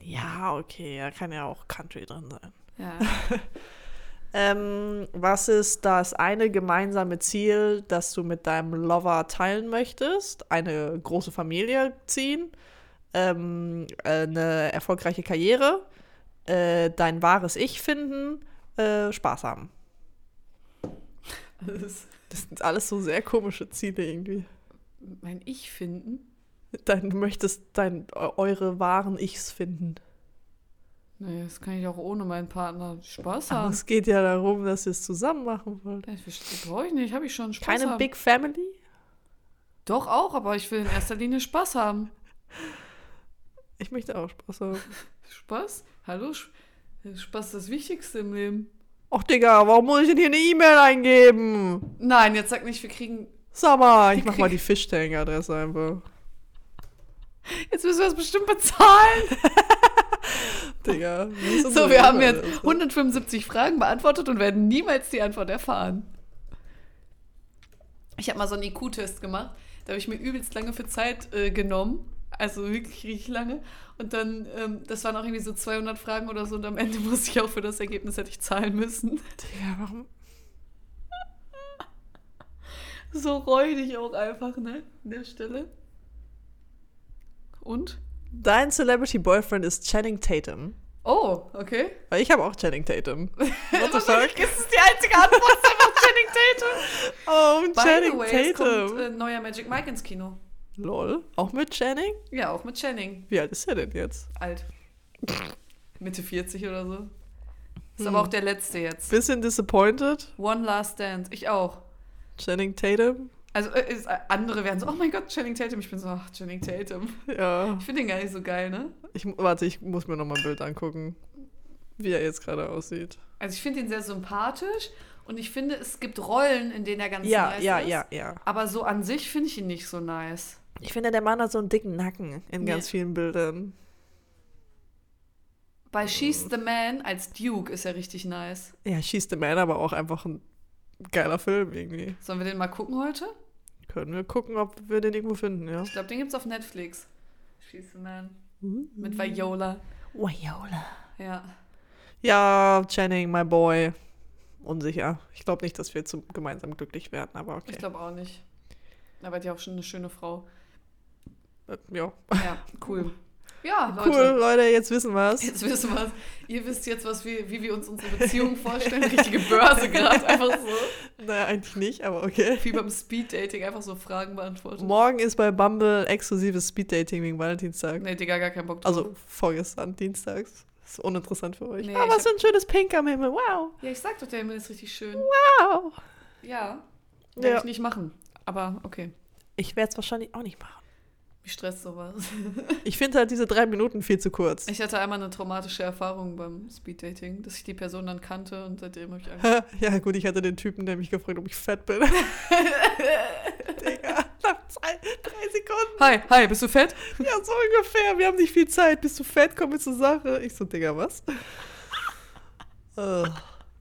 B: Ja, okay, da kann ja auch Country drin sein.
A: Ja.
B: Ähm, was ist das eine gemeinsame Ziel, das du mit deinem Lover teilen möchtest? Eine große Familie ziehen? Ähm, eine erfolgreiche Karriere? Äh, dein wahres Ich finden? Äh, Spaß haben.
A: Das ist
B: Das sind [laughs] alles so sehr komische Ziele irgendwie.
A: mein Ich finden?
B: Dein, du möchtest dein, eu- eure wahren Ichs finden.
A: Nee, das kann ich auch ohne meinen Partner Spaß
B: Aber
A: haben.
B: es geht ja darum, dass ihr es zusammen machen wollt.
A: Das brauche ich nicht, habe ich schon Spaß
B: Keine
A: haben.
B: Big Family?
A: Doch auch, aber ich will in erster Linie Spaß haben.
B: Ich möchte auch Spaß haben.
A: Spaß? Hallo? Sp- Spaß ist das Wichtigste im Leben.
B: Ach Digga, warum muss ich denn hier eine E-Mail eingeben?
A: Nein, jetzt sag nicht, wir kriegen.
B: Sag mal,
A: [laughs]
B: ich mach mal die Fishtank-Adresse einfach.
A: Jetzt müssen wir das bestimmt bezahlen.
B: Digga. was ist denn Also,
A: So, wir haben
B: E-Mail?
A: jetzt 175 Fragen beantwortet und werden niemals die Antwort erfahren. Ich habe mal so einen IQ-Test gemacht. Da habe ich mir übelst lange für Zeit äh, genommen. Also wirklich richtig lange. Und dann, ähm, das waren auch irgendwie so 200 Fragen oder so. Und am Ende [laughs] musste ich auch für das Ergebnis hätte ich zahlen müssen. [laughs]
B: Digga, warum?
A: So räudig auch einfach, ne? An der Stelle. Und?
B: Dein Celebrity Boyfriend ist Channing Tatum.
A: Oh, okay.
B: Weil ich habe auch Channing
A: [laughs]
B: Tatum. What the fuck?
A: Wahrscheinlich ist es die einzige Antwort ist einfach Channing Tatum.
B: Oh,
A: By
B: Channing
A: the way, es
B: Tatum.
A: kommt äh, neuer Magic Mike ins Kino.
B: Lol. Auch mit Channing?
A: Ja, auch mit Channing.
B: Wie alt ist er denn jetzt? [laughs]
A: Alt. Mitte 40 oder so.
B: Hm.
A: Ist aber auch der letzte jetzt.
B: Bisschen disappointed.
A: One Last Dance. Ich auch.
B: Channing Tatum.
A: Also äh, ist, äh, andere werden so, oh mein Gott, Channing Tatum. Ich bin so, ach, Channing Tatum.
B: Ja.
A: Ich finde den gar nicht so geil, ne?
B: Ich, warte, ich muss mir nochmal ein Bild angucken, wie er jetzt gerade aussieht.
A: Also ich finde ihn sehr sympathisch und ich finde, es gibt Rollen, in denen er ganz
B: Ja,
A: nice
B: ja,
A: ist.
B: ja, ja.
A: Aber so an sich finde ich ihn nicht so nice.
B: Ich finde, der Mann hat so einen dicken Nacken in ganz
A: Ja.
B: vielen Bildern.
A: Bei
B: Oh.
A: She's the Man als Duke ist er richtig nice.
B: Ja, She's the Man, aber auch einfach ein geiler Film irgendwie.
A: Sollen wir den mal gucken heute?
B: Können wir gucken, ob wir den irgendwo finden, ja.
A: Ich glaube, den gibt's auf Netflix. She's the Man. Mit Viola.
B: Wayola.
A: Ja.
B: Ja, Channing, my boy. Unsicher. Ich glaube nicht, dass wir zum, gemeinsam glücklich werden, aber okay.
A: Ich glaube auch nicht. Aber die auch schon eine schöne
B: [laughs]
A: Frau.
B: Äh, ja.
A: Ja, cool. Ja, Leute.
B: Cool, Leute, jetzt wissen wir's.
A: Jetzt wissen wir Ihr wisst jetzt, was wir, wie wir uns unsere Beziehung vorstellen. Richtige Börse
B: [laughs]
A: gerade. Einfach so.
B: Naja, eigentlich nicht, aber okay.
A: Wie beim Speed-Dating. Einfach so Fragen beantworten.
B: Morgen ist bei Bumble exklusives Speeddating wegen Valentinstag.
A: Nee, Digga, gar keinen Bock drauf.
B: Also vorgestern, dienstags. Ist uninteressant für euch.
A: Nee,
B: aber
A: ich
B: es ist ein schönes Pink am Himmel. Wow.
A: Ja, ich sag doch, der Himmel ist richtig schön.
B: Wow.
A: Ja. Werde
B: Ja.
A: ich nicht machen. Aber okay.
B: Ich werde es wahrscheinlich auch nicht machen.
A: Mich stresst sowas.
B: [laughs] Ich finde halt diese drei Minuten viel zu kurz.
A: Ich hatte einmal eine traumatische Erfahrung beim Speeddating, dass ich die Person dann kannte und seitdem habe ich Angst.
B: [laughs] ja, gut, ich hatte den Typen, der mich gefragt, ob ich fett bin. Digga, nach zwei, drei Sekunden.
A: Hi, hi, bist du fett?
B: Ja, so ungefähr. Wir haben nicht viel Zeit. Bist du fett? Komm mit zur Sache. Ich so, Digga, was? Äh,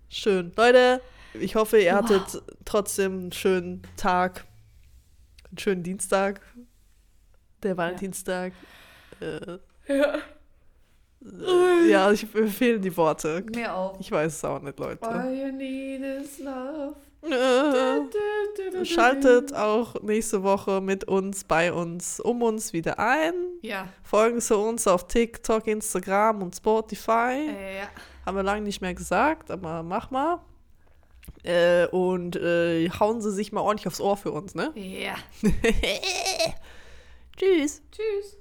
B: schön. Leute, ich hoffe, ihr hattet trotzdem einen schönen Tag. Einen schönen Dienstag. Der Valentinstag. Äh,
A: Ja.
B: äh, ja, ich mir fehlen die Worte.
A: Mir auch.
B: Ich weiß es auch nicht,
A: All
B: Leute.
A: you need is love.
B: Äh.
A: Du, du, du, du,
B: Schaltet
A: du.
B: auch nächste Woche mit uns, bei uns, um uns wieder ein.
A: Ja,
B: Folgen Sie uns auf TikTok, Instagram und Spotify.
A: äh, ja.
B: Haben wir lange nicht mehr gesagt, aber mach mal. Äh, und äh, hauen [laughs] Sie sich mal ordentlich aufs Ohr für uns, ne?
A: Ja.
B: Tschüss.
A: Tschüss.